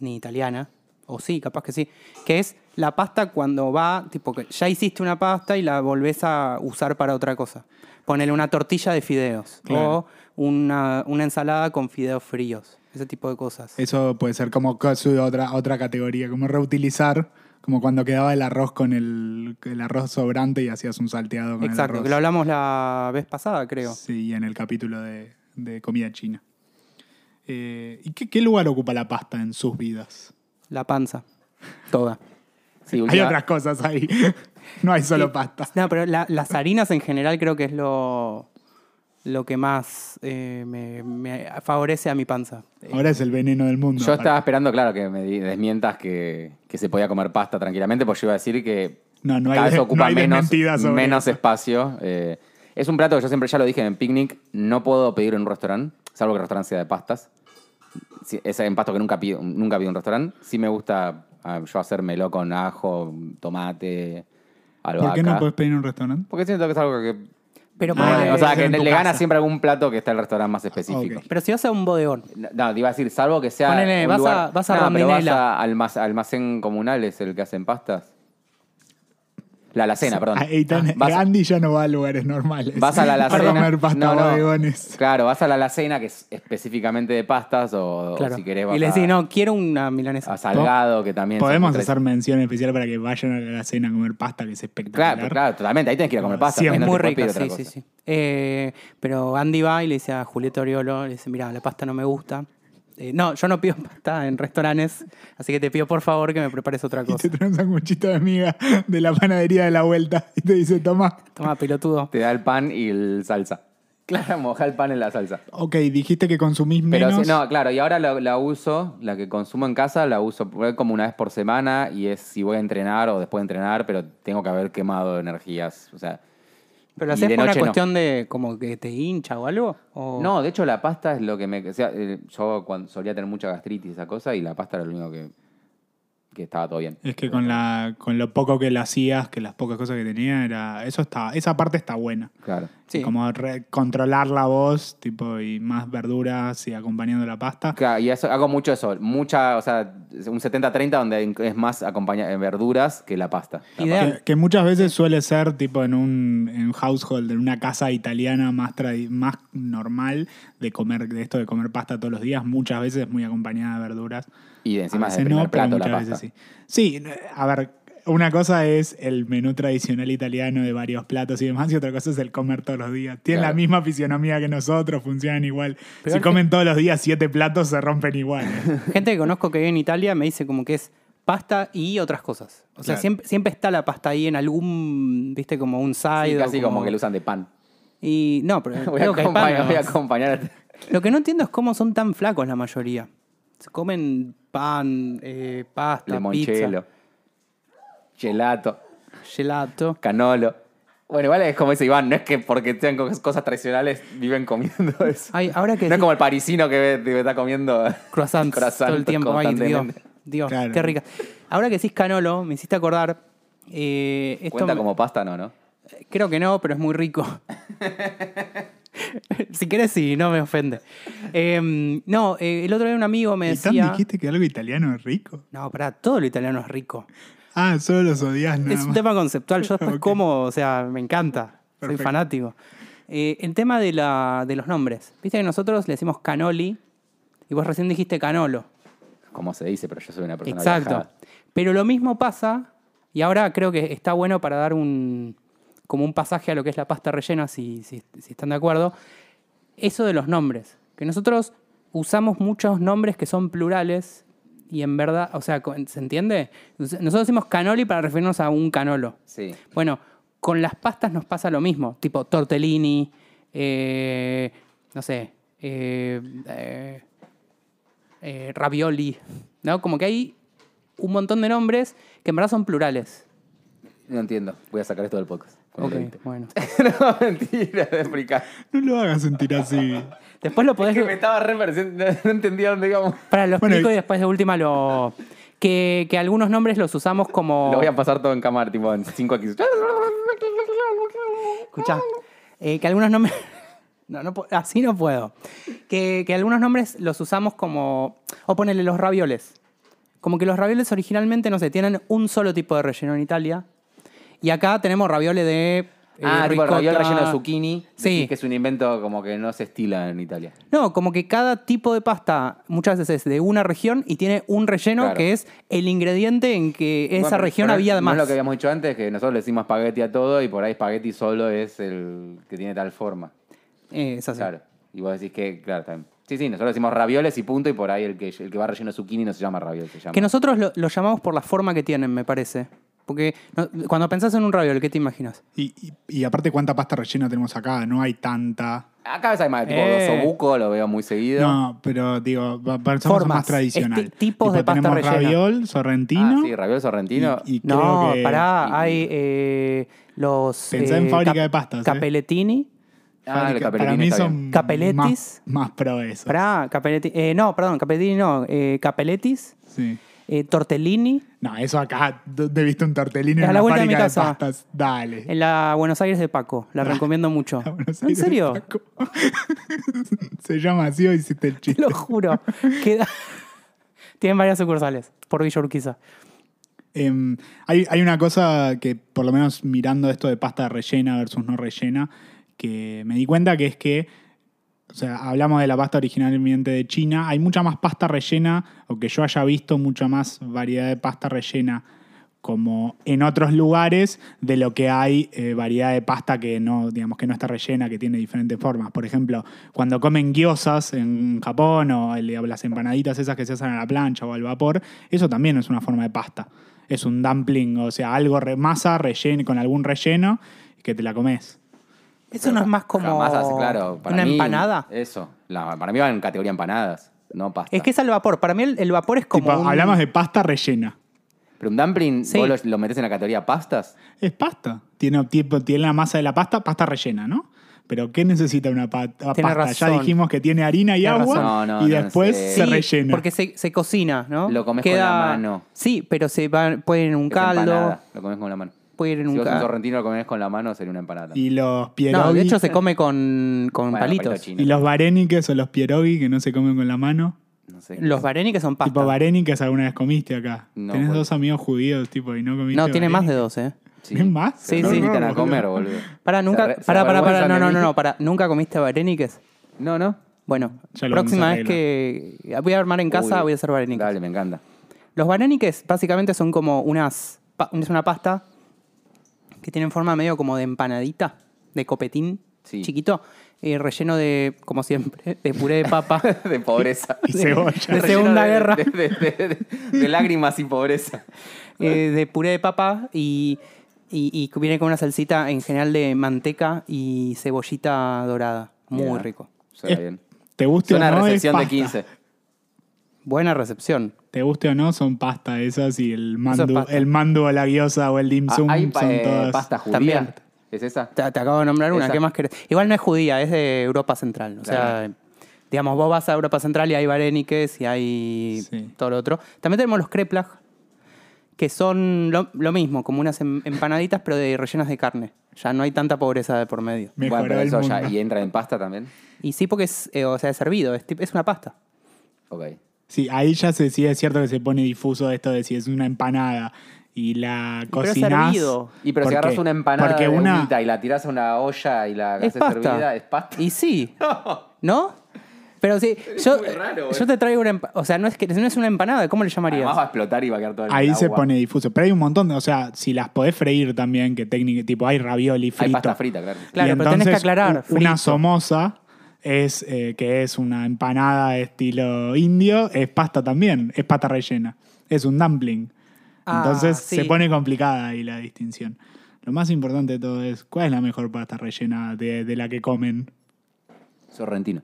ni italiana. O sí, capaz que sí. Que es la pasta cuando va, tipo, que ya hiciste una pasta y la volvés a usar para otra cosa. Ponele una tortilla de fideos. Claro. O una, una ensalada con fideos fríos. Ese tipo de cosas. Eso puede ser como co- su- otra, otra categoría, como reutilizar, como cuando quedaba el arroz con el, el arroz sobrante y hacías un salteado con el Exacto, arroz. que lo hablamos la vez pasada, creo. Sí, en el capítulo de, de comida china. Eh, ¿Y qué, qué lugar ocupa la pasta en sus vidas? La panza. Toda. Sí, Hay última- otras cosas ahí. no hay solo Sí. pasta. No, pero la- las harinas en general creo que es lo, lo que más eh, me, me favorece a mi panza. Ahora es el veneno del mundo. Yo estaba aparte. esperando, claro, que me di- desmientas que, que se podía comer pasta tranquilamente, porque yo iba a decir que No, no hay cada vez de- ocupa no hay menos, desmentidas sobre menos eso. espacio. eh, es un plato que yo siempre ya lo dije en picnic, no puedo pedir en un restaurante, salvo que el restaurante sea de pastas. Sí, es en pasto que nunca pido, nunca pido en un restaurante. Sí me gusta ah, yo hacérmelo con ajo, tomate, albahaca. ¿Por qué no puedes pedir en un restaurante? Porque siento que es algo que... Pero, Ah, ponele- o sea, debe ser que en le tu gana casa. siempre algún plato que está en el restaurante más específico. Ah, Ok. pero si vas a un bodeón, No, No, te iba a decir, salvo que sea. Ponele, un vas lugar- a- vas a No, pero vas Rondinela. a almac- almacén comunal, es el que hacen pastas. La alacena, perdón. Ah, Eitan- Ah, vas, Andy ya no va a lugares normales. vas a la Para alacena. comer pasta No, no. bodegones. Claro, vas a la alacena, que es específicamente de pastas, o, o claro. si querés Ah, vas y le a- decís, no, quiero una milanesa. a Salgado, que también. son Podemos tres- hacer mención especial para que vayan a la cena a comer pasta, que es espectacular. Claro, claro, totalmente. Ahí tenés que ir a comer pastas. Sí, es ahí no te Muy puedes rica, pedir otra sí, sí, cosa. sí. Eh, pero Andy va y le dice a Julieta Oriolo, le dice, mira, la pasta no me gusta. Eh, no, yo no pido pasta en restaurantes, así que te pido por favor que me prepares otra Y te cosa. traen un sanguchito de miga de la panadería de la vuelta y te dice, toma. Toma, pelotudo. Te da el pan y el salsa. Claro, moja el pan en la salsa. Ok, dijiste que consumís Pero menos. sí, no, claro, y ahora la, la uso, la que consumo en casa, la uso por- como una vez por semana y es si voy a entrenar o después de entrenar, pero tengo que haber quemado energías. O sea, ¿Pero lo Y haces de por una noche no. cuestión de como que te hincha o algo? Oh. ¿O- no, de hecho la pasta es lo que me... o sea, eh, yo cuando, solía tener mucha gastritis y esa cosa y la pasta era lo único que, que estaba todo bien. Es que con, la, con lo poco que lo hacías, que las pocas cosas que tenía, era, eso está, esa parte está buena. Claro. Sí. Como re- controlar la voz, tipo, y más verduras y acompañando la pasta. Claro, y eso, hago mucho eso, mucha, o sea, un 70-30 donde es más acompañar verduras que la pasta. Ideal. Que, que muchas veces suele ser tipo en un, en un household, en una casa italiana más, tradi- más normal de comer, de esto de comer pasta todos los días, muchas veces muy acompañada de verduras. Y A encima es el veces primer no, pero plato la muchas pasta. veces sí. Sí, a ver, una cosa es el menú tradicional italiano de varios platos y demás, y otra cosa es el comer todos los días. Tienen la Claro. misma fisionomía que nosotros, funcionan igual. Peor si que- comen todos los días siete platos, se rompen igual. Gente que conozco que vive en Italia me dice como que es pasta y otras cosas. O sea, Claro. siempre, siempre está la pasta ahí en algún, viste, como un side. Sí, o casi como... que lo usan de pan. Y no, pero Voy a creo que hay pan, acompañar, voy a este ¿no? acompañar. Lo que no entiendo es cómo son tan flacos la mayoría. Se comen pan, eh, pasta, Limoncello. Gelato. pizza, gelato. Canolo. Bueno, igual es como dice Iván, no es que porque tengan co- cosas tradicionales viven comiendo eso. Ay, ahora que no es decís como el parisino que ve- que está comiendo croissants todo el tiempo. Ay, Dios, constantemente. Dios, Claro. qué rica. Ahora que decís canolo, me hiciste acordar. eh, esto Cuenta me- como pasta, ¿no? ¿no? Creo que no, pero es muy rico. si querés, sí, no me ofende. Em, no, eh, el otro día un amigo me ¿Y tan decía. dijiste que algo italiano es rico? No, pará, todo lo italiano es rico. Ah, solo los odias nada es un más. tema conceptual. Yo después Ok. como, o sea, me encanta. Soy Perfecto. fanático. Eh, el tema de, la, de los nombres. Viste que nosotros le decimos canoli y vos recién dijiste canolo. Como se dice, pero yo soy una persona Exacto. viajada. Pero lo mismo pasa, y ahora creo que está bueno para dar un como un pasaje a lo que es la pasta rellena, si, si- si están de acuerdo, eso de los nombres. Que nosotros usamos muchos nombres que son plurales y en verdad, o sea, co- ¿se entiende? Nosotros decimos canoli para referirnos a un canolo. Sí. Bueno, con las pastas nos pasa lo mismo, tipo tortellini, eh, no sé, eh, eh, eh, ravioli, ¿no? Como que hay un montón de nombres que en verdad son plurales. No entiendo. Voy a sacar esto del podcast. Ok, bueno. no, mentira, de explicar. No lo hagas sentir así. Después lo podés. Es que me estaba re pareciendo- no entendía dónde íbamos. Para lo Bueno, explico y- y después de última lo. Que, que algunos nombres los usamos como. Lo voy a pasar todo en cámara, tipo en 5x. Escuchá. eh, que algunos nombres. No, no, pu- así no puedo. Que, que algunos nombres los usamos como. O ponele los ravioles. Como que los ravioles originalmente no se tienen un solo tipo de relleno en Italia. Y acá tenemos ravioles de. eh, Ah, tipo el raviol ricota. relleno de zucchini. Sí. Decís Que es un invento como que no se estila en Italia. No, como que cada tipo de pasta muchas veces es de una región y tiene un relleno Claro. que es el ingrediente en que esa Bueno, pero- región pero había además. No es lo que habíamos dicho antes, que nosotros le decimos espagueti a todo y por ahí espagueti solo es el que tiene tal forma. Eh, es así. Claro. Y vos decís que, claro, también. Sí, sí, nosotros decimos ravioles y punto, y por ahí el que, el que va relleno de zucchini no se llama raviol, se llama. Que nosotros lo, lo llamamos por la forma que tienen, me parece. Porque no- cuando pensás en un raviol, ¿qué te imaginas? Y, y- y aparte, ¿cuánta pasta rellena tenemos acá? No hay tanta. Ah, Acá ves hay más, tipo Eh. osobuco, lo veo muy seguido. Ah, No, pero digo, va- pensamos en Formas, más tradicional. este, tipos de pasta tenemos rellena. raviol, Ah, sorrentino. sí, raviol sorrentino. y, y creo No, que- pará, y- hay eh, los. Pensá en eh, fábrica cap- de pastas, eh. Capelletini. ah, el Fábrica- capelletín para mí está bien. son Capelletis. más, más pro eso. Pará, capelletti- eh, no, perdón, capelletini no. eh, capelletis. Sí. eh, tortellini. No, eso acá te viste un tortelino Es en a la una vuelta de mi fábrica de, casa. pastas. Dale. En la Buenos Aires de Paco. La recomiendo mucho. A Buenos ¿En Aires, serio? Paco. Se llama así o hiciste el Te chiste. lo juro. Queda- Tienen varias sucursales por Villa Urquiza. Em, hay, hay una cosa que, por lo menos mirando esto de pasta rellena versus no rellena, que me di cuenta que es que, o sea, hablamos de la pasta originalmente de China, hay mucha más pasta rellena, o que yo haya visto mucha más variedad de pasta rellena como en otros lugares de lo que hay eh, variedad de pasta que no, digamos, que no está rellena, que tiene diferentes formas. Por ejemplo, cuando comen gyozas en Japón o el- digamos, las empanaditas esas que se hacen a la plancha o al vapor, eso también es una forma de pasta. Es un dumpling, o sea, algo re- masa relleno, con algún relleno que te la comes. Eso no es más como Jamás hace- claro, para una mí, empanada. Eso. La- para mí va en categoría empanadas, no pasta. Es que es al vapor. Para mí el, el vapor es como. Tipo, un- hablamos de pasta rellena. Pero un dumpling, Sí. vos lo, lo metés en la categoría pastas. Es pasta. Tiene, tipo, tiene la masa de la pasta, pasta rellena, ¿no? Pero ¿qué necesita una pa- ah, pasta? Ya razón. dijimos que tiene harina y Tiene agua razón. No, no, y no después sé. se Sí, rellena. Porque se, se cocina, ¿no? Lo comes con la mano. Sí, pero se va, puede ir en un es caldo, empanada, Lo comés con la mano. puede ir en si un vos un caldo. sorrentino lo comés con la mano, sería una empanada. también. Y los pierogi. No, de hecho se come con, con Bueno, palitos. palito chino. Y los vareniques o los pierogi que no se comen con la mano. No sé. Los vareni que son pasta. Tipo vareniques alguna vez comiste acá. No, Tenés bueno. dos amigos judíos, tipo, y no comiste. no, tiene más de vareniques. dos, ¿eh? Sí. ¿Es más? Sí, No, sí. no, invitan a boludo. comer, boludo. Para, Se nunca. arre- se Para, para, para. avergüenzan No, de no, no, mí. no. Para. Nunca comiste vareniques. No, no. Bueno, Ya lo vamos a próxima vez arreglar. que voy a armar en casa, Uy, voy a hacer vareniques. Dale, me encanta. Los vareniques básicamente son como unas. pa- Es una pasta que tienen forma medio como de empanadita, de copetín Sí. chiquito, eh, relleno de, como siempre, de puré de papa. De pobreza. Y cebolla. De Relleno Segunda Guerra. De, de- de- de- de lágrimas y pobreza. eh, de puré de papa y, y, y que viene con una salsita en general de manteca y cebollita dorada. Muy Bien. rico. Suena Es- bien. Te guste Suena a o no, es recepción de pasta. 15. Buena recepción. Te guste o no, son pasta esas y el es mandu, pasta. el mandu o la guiosa o el dim Ah, sum hay pa- son eh, todas. pasta judía. También. ¿Es esa? Te, te acabo de nombrar una, Esa. ¿qué más querés? Igual no es judía, es de Europa Central. O sea, Claro. digamos, vos vas a Europa Central y hay vareniques y hay Sí. todo lo otro. También tenemos los kreplach, que son lo, lo mismo, como unas em- empanaditas, pero de rellenas de carne. Ya no hay tanta pobreza de por medio. Mejoró bueno, pero el eso mundo. ya. ¿Y entra en pasta también? Y sí, porque es, eh, o sea, es servido, es, tip- es una pasta. Ok. Sí, ahí ya se, sí es cierto que se pone difuso esto de si es una empanada y la Pero es cocinás. servido. Y pero si ¿Por agarras qué? una empanada Porque de una, humita y la tirás a una olla y la Es haces pasta. servida, es pasta. Y sí. ¿No? Pero sí, yo, muy raro, yo eh. te traigo una empa- O sea, no es, que, no es una empanada, ¿cómo le llamarías? Además va a explotar y va a quedar todo el ahí el se agua. pone difuso. Pero hay un montón, de- o sea, si las podés freír también, que técnica, tipo hay ravioli frito. Hay pasta frita, claro. Y Claro, pero tenés que entonces, aclarar, u- Una frito. somosa es eh, que es una empanada de estilo indio, es pasta también, es pasta rellena, es un dumpling. Ah, Entonces sí. se pone complicada ahí la distinción. Lo más importante de todo es cuál es la mejor pasta rellena de, de la que comen. Sorrentino.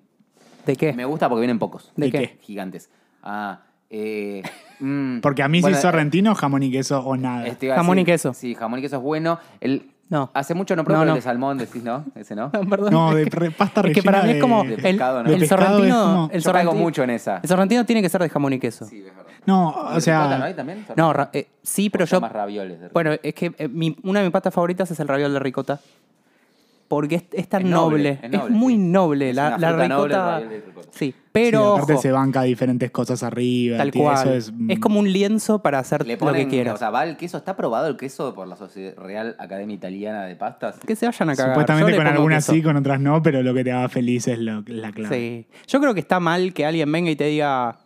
¿De qué? Me gusta porque vienen pocos. ¿De ¿de qué? qué? Gigantes. Ah, Eh, mm, Porque a mí bueno, si sorrentino, jamón y queso o nada. eh, te iba a Jamón y decir- queso. Sí, jamón y queso es bueno. El, No. Hace mucho no probé No, el no. de salmón, decís, ¿no? Ese no. No, perdón. No, de re- pasta es rellena que para mí es como de el, pescado, ¿no? el De pescado es como- sorrentino, el Yo caigo sorrentino, mucho en esa. el sorrentino tiene que ser de jamón y queso. Sí, es verdad. No, ¿Y o ricota no hay sea, también? No, ra- eh, sí, pero O son yo más ravioles. de Bueno, es que eh, mi- una de mis pastas favoritas es el raviol de ricota. Porque es, es tan Es noble, noble, es es, noble, muy sí. noble Es la, una la fruta ricota. noble el raviol de ricota. Sí, sí, pero aparte ojo, se banca diferentes cosas arriba. tal tiene- cual. Eso Es, es, mm, como un lienzo para hacer Le lo ponen, que quieras. O sea, va el queso, está aprobado el queso por la Sociedad Real Academia Italiana de Pastas. que se vayan a cagar. Yo mm, Supuestamente le con pongo algunas queso. sí, con otras no, pero lo que te haga feliz es lo- la clave. Sí. Yo creo que está mal que alguien venga y te diga.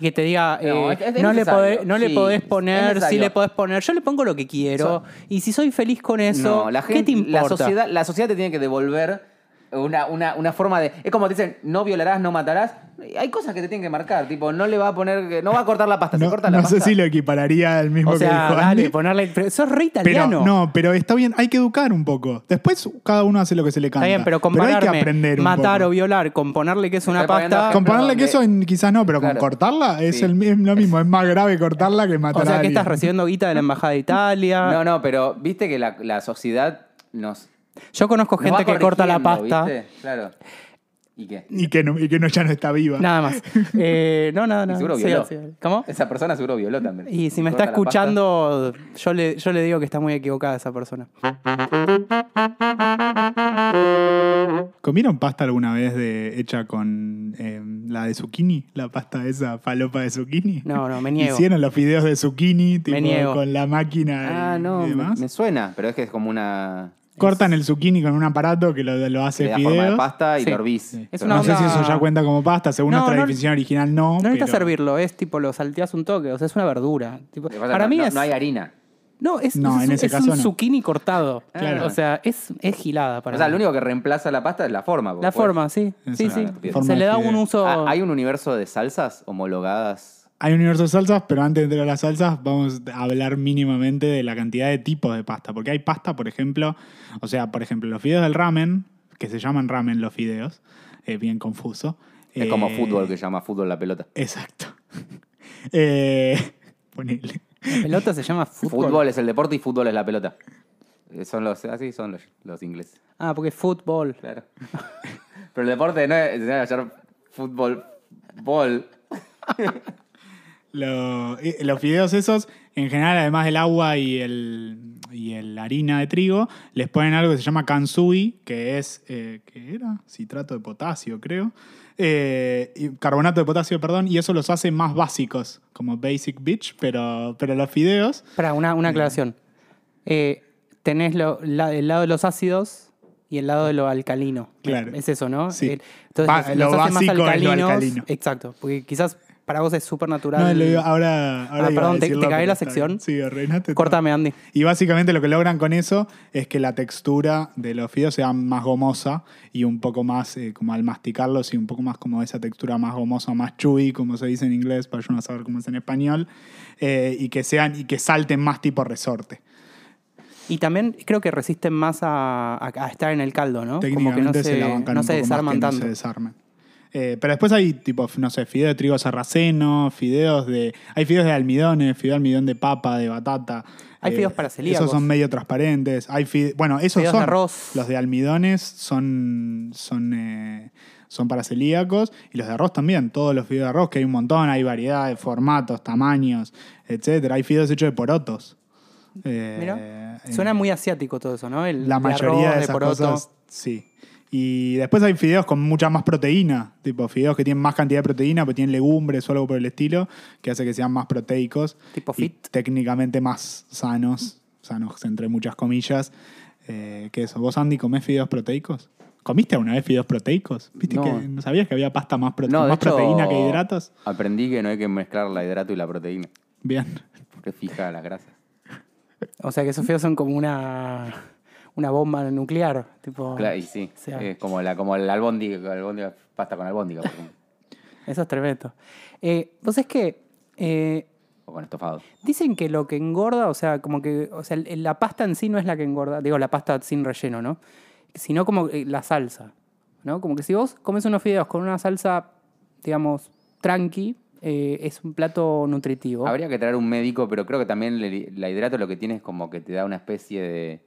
Que te diga, No, eh, es- es no, le necesario, podés, no le sí, podés es poner, sí necesario. le podés poner, yo le pongo lo que quiero, So- y si soy feliz con eso, No, la ¿qué gente- te importa? La sociedad, la sociedad te tiene que devolver una, una, una forma de. Es como te dicen, no violarás, no matarás. Hay cosas que te tienen que marcar, tipo, no le va a poner. No va a cortar la Ah, pasta, se No, corta la no pasta. sé si lo equipararía al o mismo que sea, dijo dale, Andy, ponerle. pero Sos re pero italiano. no, pero está bien, hay que educar un poco. Después cada uno hace lo que se le canta. Está bien, pero compararme, hay que aprender un matar poco. o violar con ponerle que es una Estoy poniendo pasta. ejemplo. Con ponerle Donde- queso en- quizás no, pero Claro. con cortarla es Sí. el, es lo mismo. Es más grave cortarla que matar O a sea, que alguien. estás recibiendo guita de la Embajada de Italia. No, no, pero viste que la, la sociedad nos. Yo conozco nos va gente que corta la corrigiendo, pasta. ¿viste? Claro. ¿Y qué? y que, no, y que no, ya no está viva. Nada más. Eh, no, nada, Y nada. seguro Sí, violó. sí. ¿Cómo? Esa persona seguro violó también. Y si me Corta está la pasta. escuchando, yo le, yo le digo que está muy equivocada esa persona. Ah, ¿Comieron pasta alguna vez de, hecha con eh, la de zucchini? La pasta esa, falopa de zucchini. No, no, me niego. Hicieron los videos de zucchini, tipo, niego. con la máquina Ah, y, no, y me- demás. me suena, pero es que es como una. Cortan el zucchini con un aparato que lo, lo hace Le da forma de fideos. pasta y Sí. lo hervís. Sí. Es Pero una no sé si onda- eso ya cuenta como pasta, según No, nuestra no- definición original no. No necesitas pero- servirlo, es tipo lo salteas un toque, o sea, es una verdura. Tipo, Lo que pasa es que para no- mí no- es. No hay harina. no, es, es No, en un- ese es caso un no. zucchini cortado. Claro. O sea, es, es gilada para O sea, mí. lo único que reemplaza la pasta es la forma. porque La forma, sí. Es Sí, una sí. forma Se de le da un fideo. uso. Ah, ¿Hay un universo de salsas homologadas? Hay un universo de salsas, pero antes de entrar a las salsas, vamos a hablar mínimamente de la cantidad de tipos de pasta. Porque hay pasta, por ejemplo, o sea, por ejemplo, los fideos del ramen, que se llaman ramen los fideos, es bien confuso. Es como Eh, fútbol, que se llama fútbol la pelota. Exacto. Eh, ponele. La pelota se llama Fútbol. fútbol. es el deporte y fútbol es la pelota. Eh, Son los, así son los, los ingleses, Ah, porque es fútbol. claro. Pero el deporte no es, no es hallar fútbol, bol. Lo- eh, los fideos esos, en general, además del agua y el y el harina de trigo, les ponen algo que se llama kansui, que es, eh, ¿qué era? Citrato de potasio, creo. Eh, y- carbonato de potasio, perdón, y eso los hace más básicos, como basic bitch, pero, pero los fideos, Espera, una, una aclaración. Eh, tenés lo- la- el lado de los ácidos y el lado de lo alcalino. Claro. Es eso, ¿no? Sí. El- Va- los- lo los hace más básico es lo alcalinos. alcalino. Exacto, porque quizás para vos es súper natural. No, lo iba- ahora, ahora Ah, iba a perdón, te- te decirlo, cagué pero la está bien. sección. Sí, arruinaste todo. Córtame, Andy. Y básicamente lo que logran con eso es que la textura de los fideos sea más gomosa y un poco más, eh, como al masticarlos, y un poco más como esa textura más gomosa, más chewy, como se dice en inglés, para yo no saber cómo es en español, eh, y que sean y que salten más tipo resorte. Y también creo que resisten más a, a- a estar en el caldo, ¿no? Como que Técnicamente no se, se, la bancan no un se poco más desarman que tanto. No se desarman. Eh, pero después hay tipo, no sé, fideo de trigo sarraceno, fideos de. Hay fideos de almidones, fideo de almidón de papa, de batata. Eh, Hay fideos para celíacos. Esos son medio transparentes. Hay fide- bueno, esos Fideos de son. arroz. Los de almidones son. son. eh, son para celíacos. Y los de arroz también. Todos los fideos de arroz, que hay un montón, hay variedad de formatos, tamaños, etcétera. Hay fideos hechos de porotos. Eh, Mira, eh, suena muy asiático todo eso, ¿no? El, la de mayoría arroz, de esas poroto. cosas, sí. Y después hay fideos con mucha más proteína, tipo fideos que tienen más cantidad de proteína, porque tienen legumbres o algo por el estilo, que hace que sean más proteicos. Tipo y fit. técnicamente más sanos, sanos entre muchas comillas. Eh, ¿Qué es eso? ¿Vos, Andy, comés fideos proteicos? ¿Comiste alguna vez fideos proteicos? ¿Viste No. que no sabías que había pasta más, prote- No, de más hecho, proteína que hidratos? Aprendí que no hay que mezclar la hidrato y la proteína, Bien. porque fija las grasas. O sea que esos fideos son como una, una bomba nuclear. Ah, Tipo, Claro, y sí, o sea, es como, la, como el albóndiga, albóndiga- pasta con albóndiga, por ejemplo, Eso es tremendo. Eh, Vos es que eh, o con estofado. dicen que lo que engorda, o sea, como que o sea, el- la pasta en sí no es la que engorda, digo, la pasta sin relleno, ¿no? Sino como eh, la salsa, ¿no? Como que si vos comes unos fideos con una salsa, digamos, tranqui, eh, es un plato nutritivo. Habría que traer un médico, pero creo que también el la hidrato lo que tiene es como que te da una especie de...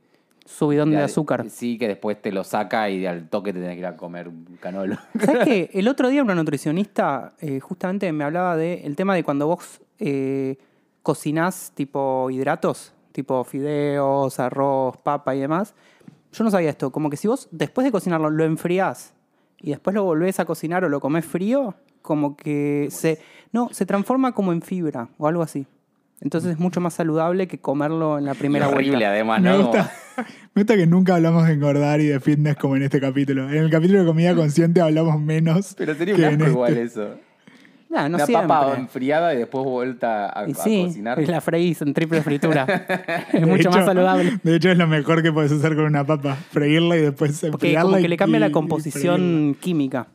Subidón de, de- azúcar. Sí, que después te lo saca y al toque te tenés que ir a comer un canolo. ¿Sabes qué? El otro día una nutricionista eh, justamente me hablaba del tema de cuando vos eh, cocinás tipo hidratos, tipo fideos, arroz, papa y demás. Yo no sabía esto. Como que si vos después de cocinarlo lo enfriás y después lo volvés a cocinar o lo comés frío, como que se, no, se transforma como en fibra o algo así. Entonces es mucho más saludable que comerlo en la primera horrible vuelta. además, Ah, ¿no? Me Como- gusta, me gusta que nunca hablamos de engordar y de fitness como en este capítulo. En el capítulo de comida consciente hablamos menos. Pero sería un que asco en este. igual eso. Nah, no una siempre. papa enfriada y después vuelta a, Y a sí, cocinar. y la freís en triple fritura. es De mucho hecho- más saludable. De hecho, es lo mejor que puedes hacer con una papa. Freírla y después Porque enfriarla. como y- que le cambia y- la y composición química.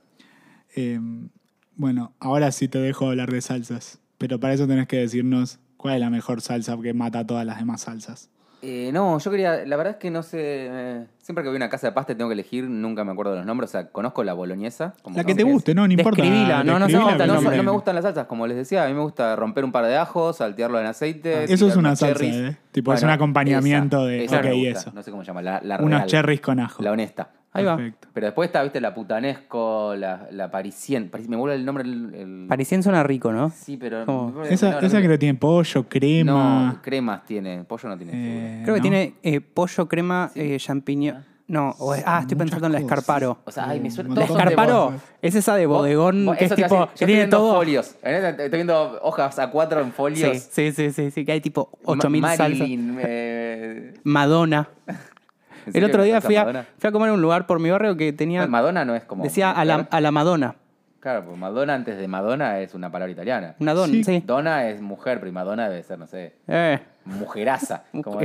freírla. Eh, bueno, ahora sí te dejo hablar de salsas. Pero para eso tenés que decirnos cuál es la mejor salsa que mata a todas las demás salsas. Eh, no, yo quería, la verdad es que no sé, eh, siempre que voy a una casa de pasta y tengo que elegir, nunca me acuerdo de los nombres, o sea, conozco la boloñesa. como La que te es- guste, no, no importa. Describila, no, no se describila, nota el No, pero- so- nombre. no me gustan las salsas, como les decía, a mí me gusta romper un par de ajos, saltearlo en aceite. Ah, Eso es tirar una unos salsa, cherries. ¿eh? Tipo, es un acompañamiento de- esa me ok, gusta, eso. No sé cómo se llama, la, la Unos real, cherries con ajo. La honesta. Ahí va. Perfecto. Pero después está, viste, la putanesco, la, la parisien. Paris- me vuelve el nombre. El, el- Parisien suena rico, ¿no? Sí, pero. ¿Cómo? Esa, no, no esa me- que le tiene pollo, No, crema. cremas tiene. Pollo no tiene. seguro. eh, Creo que ¿no? tiene eh, pollo, crema, eh, champiñón. No, o es- ah, estoy Muchas pensando en la cosas. escarparo. O sea, ay, me suena un La todo montón de escarparo cosas. es esa de bodegón Vos- que es eso te hace- tipo. yo que estoy tiene viendo todo. folios. En esta Estoy viendo hojas a cuatro en Sí, folios. sí, sí, sí, sí, que hay tipo Ma- 8000 salsas. Marilyn, eh, Madonna. ¿en El serio otro que día usa fui a, Madonna? fui a comer a un lugar por mi barrio que tenía. Pues Madonna no es como. Decía a la, a la Madonna. Claro, pues Madonna antes de Madonna es una palabra italiana. Una dona, sí. Sí. Donna es mujer, pero Madonna debe ser, no sé, Eh. mujeraza. como-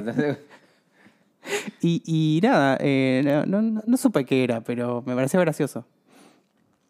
Y, y nada, eh, no, no- no supe qué era, pero me pareció gracioso.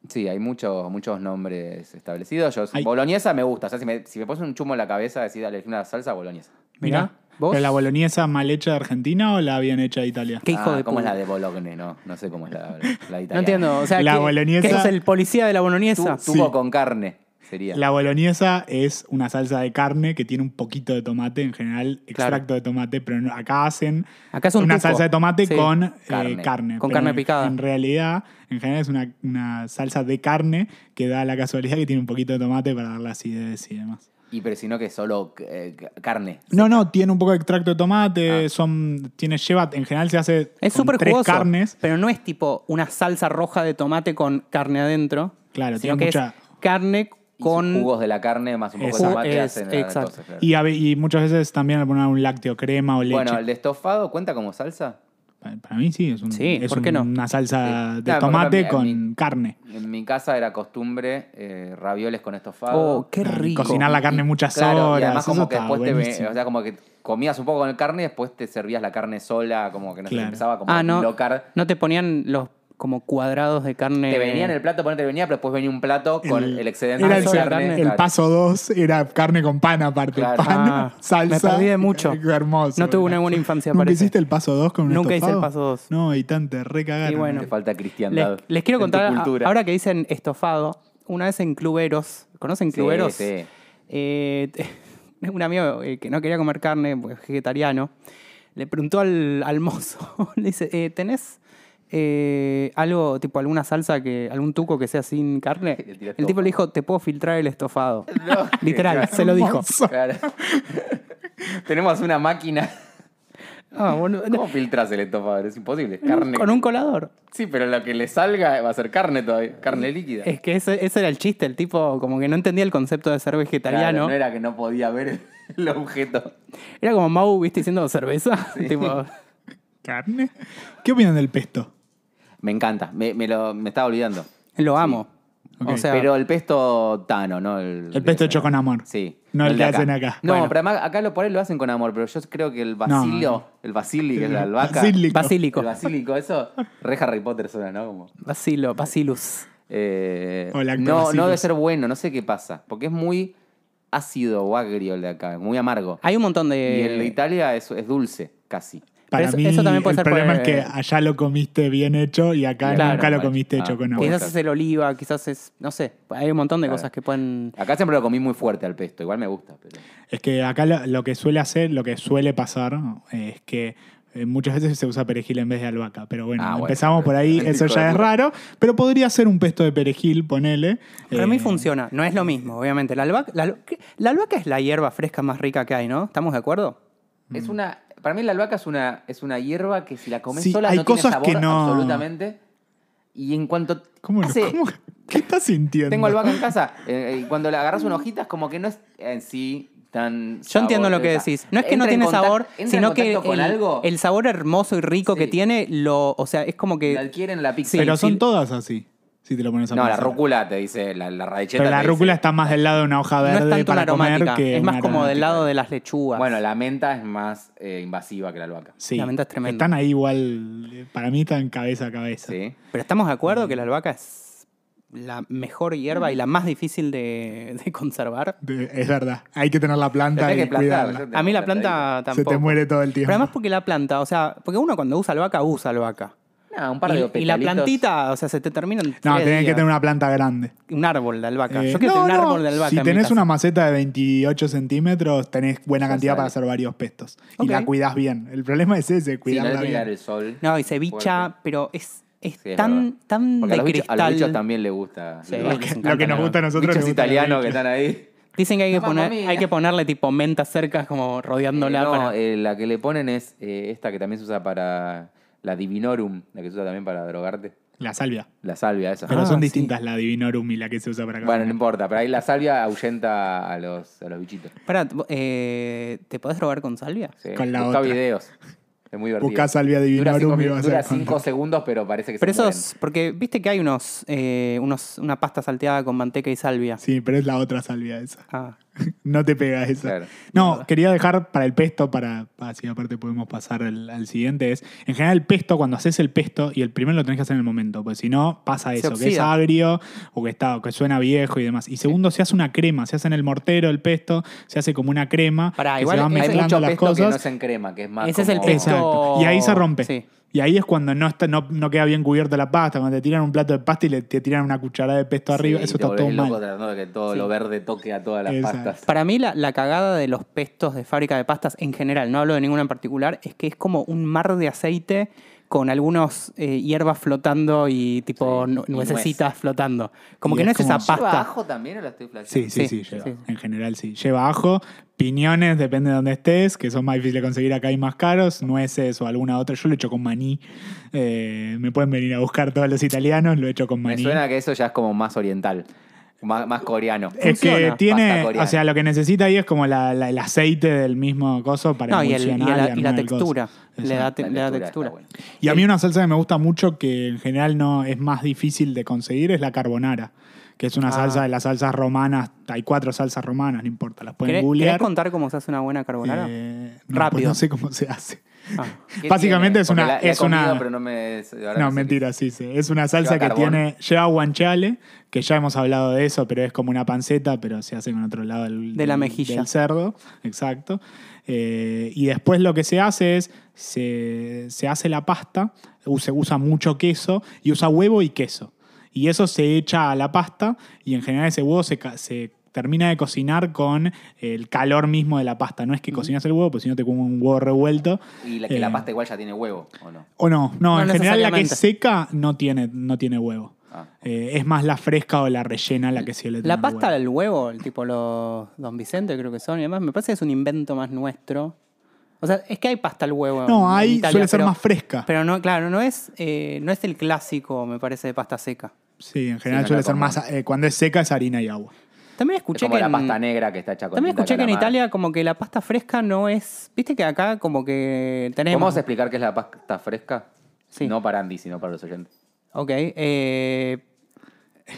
sí, hay muchos, muchos nombres establecidos. Yo, Hay- Boloñesa me gusta. O sea, si me, si me pones un chumo en la cabeza, decir elegir una salsa boloñesa. Mirá, Mirá. vos. ¿Pero la boloñesa mal hecha de Argentina o la bien hecha de Italia? Qué hijo Ah, de ¿Cómo es puta. la de Bologne? No, no sé cómo es la, la italiana. No entiendo. O sea, La que- boloñesa- que sos el policía de la Tu- boloñesa. tubo Sí. con carne sería. La boloñesa es una salsa de carne que tiene un poquito de tomate, en general extracto de tomate, pero no- acá hacen Acá es un una tuco. salsa de tomate Sí. con eh, Carne. carne. Con pero carne en- picada. En realidad, en general es una, una salsa de carne que da la casualidad que tiene un poquito de tomate para darle acidez y demás. Y pero si no que solo eh, carne. No, no, tiene un poco de extracto de tomate, son, tiene, lleva, en general se hace Ah. Es con súper tres jugoso. carnes. Pero no es tipo una salsa roja de tomate con carne adentro. Claro, sino tiene que mucha- es carne Y sus con. jugos de la carne más un poco de Exacto. tomate Es- hacen la exacto. cosa, claro. Y, a ve- y muchas veces también le ponen un lácteo, crema o leche. Bueno, ¿el de estofado cuenta como salsa? Pa- Para mí sí, es, un- Sí, es ¿por qué un- no? una salsa Sí. de Claro, porque tomate también- con carne. En mi casa era costumbre eh, ravioles con estofado. Oh, qué Ah, rico. cocinar la carne muchas Claro, y horas, además eso como que está después te, ve- buenísimo. o sea, como que comías un poco con el carne y después te servías la carne sola, como que no se Claro. empezaba como Ah, a no. locar. No te ponían los como cuadrados de carne. Te venía en el plato, ponete venía, pero después venía un plato con el, excedente era de el, sola carne. carne. el claro. paso 2 era carne con pan aparte. Claro. Pan, Ah, salsa. me perdí de mucho. Qué hermoso. No tuve ¿verdad? una buena infancia, ¿Nunca parece. hiciste el paso 2 con un Nunca hice el estofado? paso dos. No, y tan te recagaron. Y bueno. Te falta cristiandad. Les, les quiero en tu contar, a- cultura. ahora que dicen estofado, una vez en Cluberos, ¿conocen Sí, Cluberos? sí. Eh, te- un amigo eh, que no quería comer carne, pues vegetariano, le preguntó al, al mozo, le dice, eh, ¿tenés eh, algo, tipo alguna salsa, que algún tuco que sea sin carne? Le tiró El todo. tipo le dijo, te puedo filtrar el estofado. No, Literal, se lo dijo. Hermoso. Claro. Tenemos una máquina. Ah, boludo, ¿Cómo filtras el estofado? Es imposible. con un- Carne. Con un colador. Sí, pero lo que le salga va a ser carne todavía. Carne líquida. Es que ese, ese era el chiste, el tipo como que no entendía el concepto de ser Claro, vegetariano. no era que no podía ver el objeto. Era como Mau, viste, diciendo cerveza. tipo, ¿Carne? ¿Qué opinan del pesto? Me encanta, me, me lo, me estaba olvidando. lo amo. Ok. O sea, Pero el pesto tano, ¿no? El, El pesto hecho con amor. Sí. No el de que hacen acá. No, Bueno. pero además acá lo, por ahí lo hacen con amor, pero yo creo que el basilio, el basili, que es la albahaca. Basílico. basílico. El basílico, eso. Re Harry Potter suena, ¿no? Como, Basilo, basilus. eh, O no, lactobacilos. no debe ser bueno, no sé qué pasa. Porque es muy ácido o agrio el de acá, muy amargo. Eh, Hay un montón de. y el de Italia es, es dulce, casi. Para eso- mí, eso también puede el ser por problema el- es que allá lo comiste bien hecho y acá Claro. nunca lo Bueno, comiste ah, hecho con puede agua. Quizás es el oliva, quizás es, no sé, hay un montón de Claro. cosas que pueden... Acá siempre lo comí muy fuerte al pesto, igual me gusta. Pero... Es que acá lo, lo que suele hacer, lo que suele pasar, eh, es que eh, muchas veces se usa perejil en vez de albahaca. Pero bueno, Ah, bueno, empezamos pero- por ahí, hijo eso de ya es puta. raro. Pero podría ser un pesto de perejil, ponele. Para mí eh, funciona, no es lo mismo, obviamente. La albahaca, la, alba- la albahaca es la hierba fresca más rica que hay, ¿no? ¿Estamos de acuerdo? Es Mm. una. Para mí la albahaca es una, es una hierba que si la comes Sí, sola hay no tiene cosas sabor que no- absolutamente. Y en cuanto. ¿Cómo, no? hace- ¿Cómo? ¿Qué estás sintiendo? Tengo albahaca en casa. eh, eh, y cuando le agarras una hojita es como que no es en sí tan. Yo entiendo lo que sabor- decís. No es que no Entra en tiene contac- sabor, entra en sino que contacto con el, algo el sabor hermoso y rico que Sí. tiene, lo, o sea, es como lo que... adquieren la pizza. Sí, pero son sí. todas así, si te lo pones a no, la pensar. rúcula te dice, la, la radicheta Pero la te dice- rúcula está más del lado de una hoja No verde es tanto una para comer aromática, que es más una como del aromática. lado de las lechugas. Bueno, la menta es más eh, invasiva que la albahaca. Sí, La menta es tremenda. Están ahí igual, eh, para mí están cabeza a cabeza. Sí. Pero estamos de Mm. acuerdo que la albahaca es la mejor hierba y la más difícil de, de conservar. De- es verdad, hay que tener la planta Tenés y que plantar, cuidarla. yo tengo A mí la plantadita. planta Se tampoco. te muere todo el tiempo. Pero además porque la planta, o sea, porque uno cuando usa albahaca, usa albahaca. No, un par de Y- y, la petalitos. plantita, o sea, se te termina en no, tres tenés que días. tener una planta grande. un árbol de albahaca. Eh, Yo quiero no, tener un no, árbol de albahaca. Si en mi tenés casa. una maceta de 28 centímetros, tenés buena Ya cantidad sale. para hacer varios pestos. Ok. Y la cuidás bien. El problema es ese, Sí, no le cuidarla tiene que dar bien. el sol. No, y se bicha, pero es, es Sí, es tan, verdad. tan Porque a de los, bichos, a los cristal. bichos también le gusta. Sí, la les albahaca. encanta Lo que nos la gusta a nosotros bichos nos gusta la italianos que leche. están ahí. Dicen que hay que, Mamma poner, mía. hay que ponerle tipo menta cerca, como rodeándola. Eh, no, para- eh, la que le ponen es eh, esta que también se usa para la divinorum, la que se usa también para drogarte. La salvia. La salvia, esa. Pero Ah, son sí. distintas la divinorum y la que se usa para acá. Bueno, no importa, pero ahí la salvia ahuyenta a los, a los bichitos. Pará, vo- eh, ¿te podés robar con salvia? Sí. Con la Busca otra. videos. Es muy divertido. Buscá salvia Dura divinorum y cinco, vas a dura ver cuánto. cinco segundos, pero parece que Pero se esos, porque viste que hay unos, eh, unos, una pasta salteada con manteca y salvia. Sí, pero es la otra salvia esa. Ah, No te pega esa. Claro. No, quería dejar para el pesto, para, así aparte podemos pasar al, al siguiente, es, en general el pesto, cuando haces el pesto, y el primero lo tenés que hacer en el momento, porque si no pasa Se eso, que es oxida. agrio, o que, está, o que suena viejo y demás. Y segundo, se hace una crema, se hace en el mortero el pesto, se hace como una crema, Pará, que igual se van hay mueren. Hay mezclando mucho las pesto que no cosas. se encrema, que es más Ese es el como- pesto. Exacto. Y ahí se rompe. Sí. Y ahí es cuando no, está, no, no queda bien cubierta la pasta, cuando te tiran un plato de pasta y le, te tiran una cucharada de pesto arriba, Sí, eso te está volvés todo loco mal. tratando de que todo Sí. lo verde toque a todas las Exacto. pastas. Para mí la, la cagada de los pestos de fábrica de pastas en general, no hablo de ninguna en particular, es que es como un mar de aceite con algunos eh, hierbas flotando y tipo Sí, nu- y nuez. nuececitas flotando. Como Y que no es es esa como- ¿Lleva pasta. ajo también o la estoy flasheando? Sí, sí, Sí, sí, sí, lleva. sí. En general sí. Lleva ajo, piñones, depende de dónde estés, que son más difíciles de conseguir acá y más caros, nueces o alguna otra. Yo lo he hecho con maní. Eh, me pueden venir a buscar todos los italianos, lo he hecho con Me maní. suena que eso ya es como más oriental, más, más coreano. Es que Funciona. Pasta tiene, coreana. o sea, lo que necesita ahí es como la- la- el aceite del mismo coso para No, y, el- y emulsionar la, y la armar el coso. textura. Le da, Exacto. te- le da está textura. buena. Y a mí una salsa que me gusta mucho, que en general no es más difícil de conseguir, es la carbonara, que es una Ah. salsa de las salsas romanas. Hay cuatro salsas romanas, no importa, las pueden ¿Querés, googlear. querés contar cómo se hace una buena carbonara? Eh, no, Rápido. pues no sé cómo se hace. Ah. ¿Qué Básicamente es Porque una- la- la he es una- comido, pero no, me, ahora No, sé mentira, sí, sí. Es una salsa Lleva que carbón. tiene. Lleva guanchale, que ya hemos hablado de eso, pero es como una panceta, pero se hace con otro lado del, De la del- mejilla. del cerdo. Exacto. Eh, y después lo que se hace es. Se, se hace la pasta, u- se usa mucho queso y usa huevo y queso. Y eso se echa a la pasta y en general ese huevo se, ca- se termina de cocinar con el calor mismo de la pasta. No es que cocinas el huevo, pues si no te como un huevo revuelto. qué- Y la, que la Eh, pasta igual ya tiene huevo, ¿o no? o no, no, No en general la que necesariamente. es seca no tiene, no tiene huevo. Ah. Eh, es más la fresca o la rellena la que sí le La pasta del huevo, el tipo los Don Vicente creo que son y demás, me parece que es un invento más nuestro. O sea, es que hay pasta al huevo. No, en ahí Italia, suele ser pero- más fresca. Pero no, claro, no es, eh, no es el clásico, me parece, de pasta seca. sí, en general no suele la ser como. más. eh, cuando es seca es harina y agua. También Es escuché como que la en, pasta negra que está hecha con también tinta escuché que en calamar. Italia como que la pasta fresca no es, viste que acá como que tenemos, ¿Podemos explicar qué es la pasta fresca? Sí. No para Andy, sino para los oyentes. ok, eh,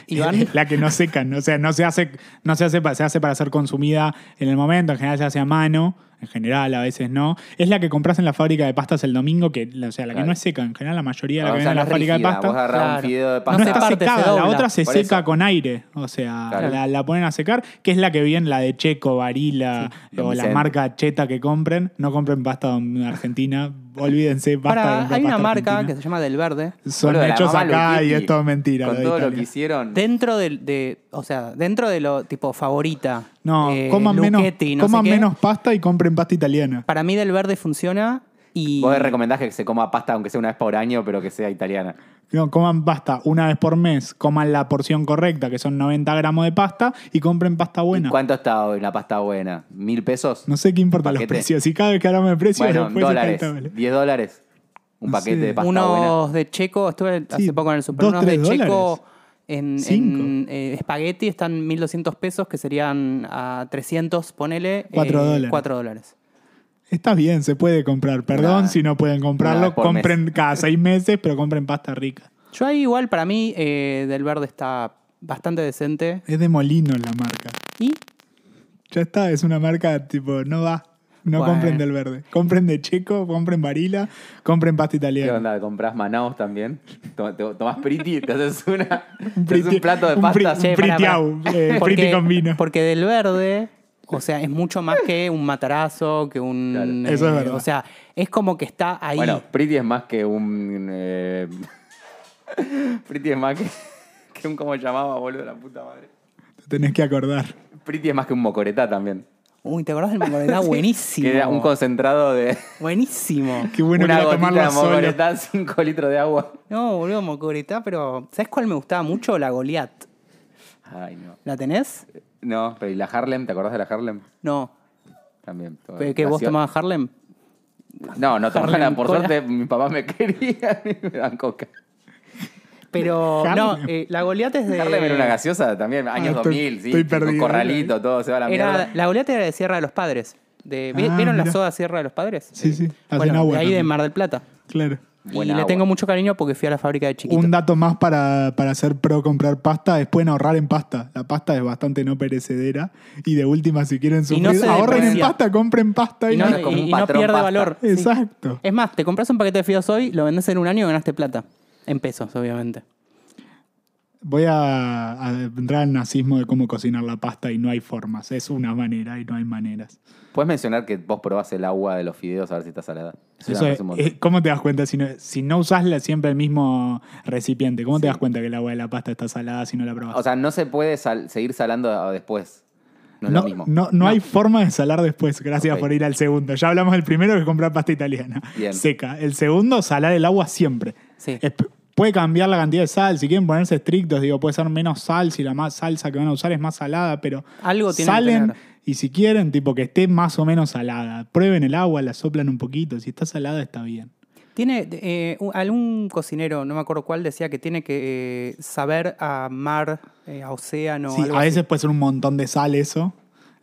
Iván, la que no seca, o sea, no se hace, no se hace, pa- se hace para ser consumida en el momento, en general se hace a mano. en general, a veces no. Es la que compras en la fábrica de pastas el domingo, que, o sea, la que Claro. no es seca, en general la mayoría de la O que sea, viene en no la es fábrica de rígida, pasta. vos agarrás un Claro. fideo de No pasta. no se está parte, se secada, la dobla. otra se Por seca eso. con aire, o sea, Claro. la, la ponen a secar, que es la que viene la de Checo, Varila Don o la Vicente. marca Cheta que compren. No compren pasta don- argentina, olvídense, basta de Para, comprar hay una pasta marca que argentina. se llama Del Verde. Son Boludo, la hechos mamá acá Luquiti, y es todo mentira. lo Con de todo lo Italia. que hicieron. Dentro del, de, o sea, dentro de lo tipo favorita. No, eh, coman, menos, Lucchetti, no sé coman qué, menos pasta y compren pasta italiana. Para mí Del Verde funciona y... Vos recomendás que se coma pasta, aunque sea una vez por año, pero que sea italiana. No, coman pasta una vez por mes, coman la porción correcta, que son 90 gramos de pasta, y compren pasta buena. ¿Y ¿Cuánto está hoy la pasta buena? ¿Mil pesos? No sé qué importan los Paquete. precios. Y cada vez que hablamos de precios, bueno, después está dólares. el tabla. ¿10 dólares? Un No paquete sé. de pasta buena. unos de Checo, estuve Sí, hace poco en el super, dos, unos de tres dólares. Checo en, Cinco. en, eh, espagueti están 1.200 pesos, que serían a 300, ponele. Cuatro dólares. 4 dólares. Está bien, se puede comprar. Perdón Una- si no pueden una comprarlo. vez por Compren cada seis meses, pero compren pasta rica. Yo ahí igual, para mí, eh, Del Verde está bastante decente. Es de Molino la marca. Y Ya está, es una marca tipo, no va. No Bueno. compren del verde. Compren de Checo, compren Varila, compren pasta ¿Qué italiana. onda? ¿Comprás Manaos también? Toma- te- ¿Tomás Priti? ¿Te haces, una, te haces priti- un plato de un pri- pastas? un pará, pará. friteau, Ah, eh, friti con vino. Porque del verde, o sea, es mucho más que un matarazo, que un. Claro. Eso es eh, verdad. O sea, es como que está ahí. Bueno, Priti es más que un... eh, Priti es más que, que un... ¿Cómo llamaba, boludo? La puta madre. Te tenés que acordar. Priti es más que un mocoretá también. Uy, ¿te acordás del Mangorena? Buenísimo. Que era un concentrado de... Buenísimo. Qué bueno una que va a gotita tomarla de solo. mocoretá, 5 litros de agua. No, boludo, Mocoretá, pero. ¿Sabes cuál me gustaba mucho? La Goliat. Ay, no. ¿La tenés? No, pero ¿y la Harlem? ¿Te acordás de la Harlem? No. También. ¿Qué que vos Nació- tomabas Harlem? No, no tomaba Harlem nada. Por cola. suerte, mi papá me quería y me dan coca. Pero. No, Harlem. eh, la Goliat es de. Harlem era una gaseosa también, Ah, años estoy- 2000, sí. estoy con perdido. corralito, todo, se va a la eh. Era, mierda. la Goliat era de Sierra de los Padres. De, ¿vi- Ah, ¿Vieron la mirá. soda Sierra de los Padres? Sí, sí. Hacen Bueno, agua de ahí de también. Mar del Plata. Claro. Buena y le agua. tengo mucho cariño porque fui a la fábrica de chiquito. Un dato más para, para ser pro comprar pasta es pueden ahorrar en pasta. La pasta es bastante no perecedera y de última si quieren Y no sufrir, se ahorren en deprecia. pasta, compren pasta y, y no, Claro, como y- un y no patrón pierde pasta. valor. sí. Exacto. Es más, te compras un paquete de fideos hoy, lo vendes en un año y ganaste plata. En pesos, obviamente. Voy a, a entrar al nazismo de cómo cocinar la pasta y no hay formas. Es una manera y no hay maneras. Puedes mencionar que vos probás el agua de los fideos a ver si está salada. Eso Eso me es- parece un montón. eh, ¿Cómo te das cuenta si no, si no usas la- siempre el mismo recipiente? ¿Cómo te das cuenta que el agua de la pasta está salada si no la probas? o sea, no se puede sal- seguir salando a- después. No es no, lo mismo. no- no hay forma de salar después. Gracias Ok. por ir al segundo. Ya hablamos del primero que es comprar pasta italiana. Bien. Seca. El segundo, salar el agua siempre. Sí. Es- puede cambiar la cantidad de sal. Si quieren ponerse estrictos, digo, puede ser menos sal si la más salsa que van a usar es más salada, pero Algo tiene que salen tener. y si quieren, tipo que esté más o menos salada. Prueben el agua, la soplan un poquito. Si está salada, está bien. Tiene eh, un- algún cocinero, no me acuerdo cuál, decía que tiene que eh, saber a mar, eh, a océano. sí, algo a así. veces puede ser un montón de sal eso.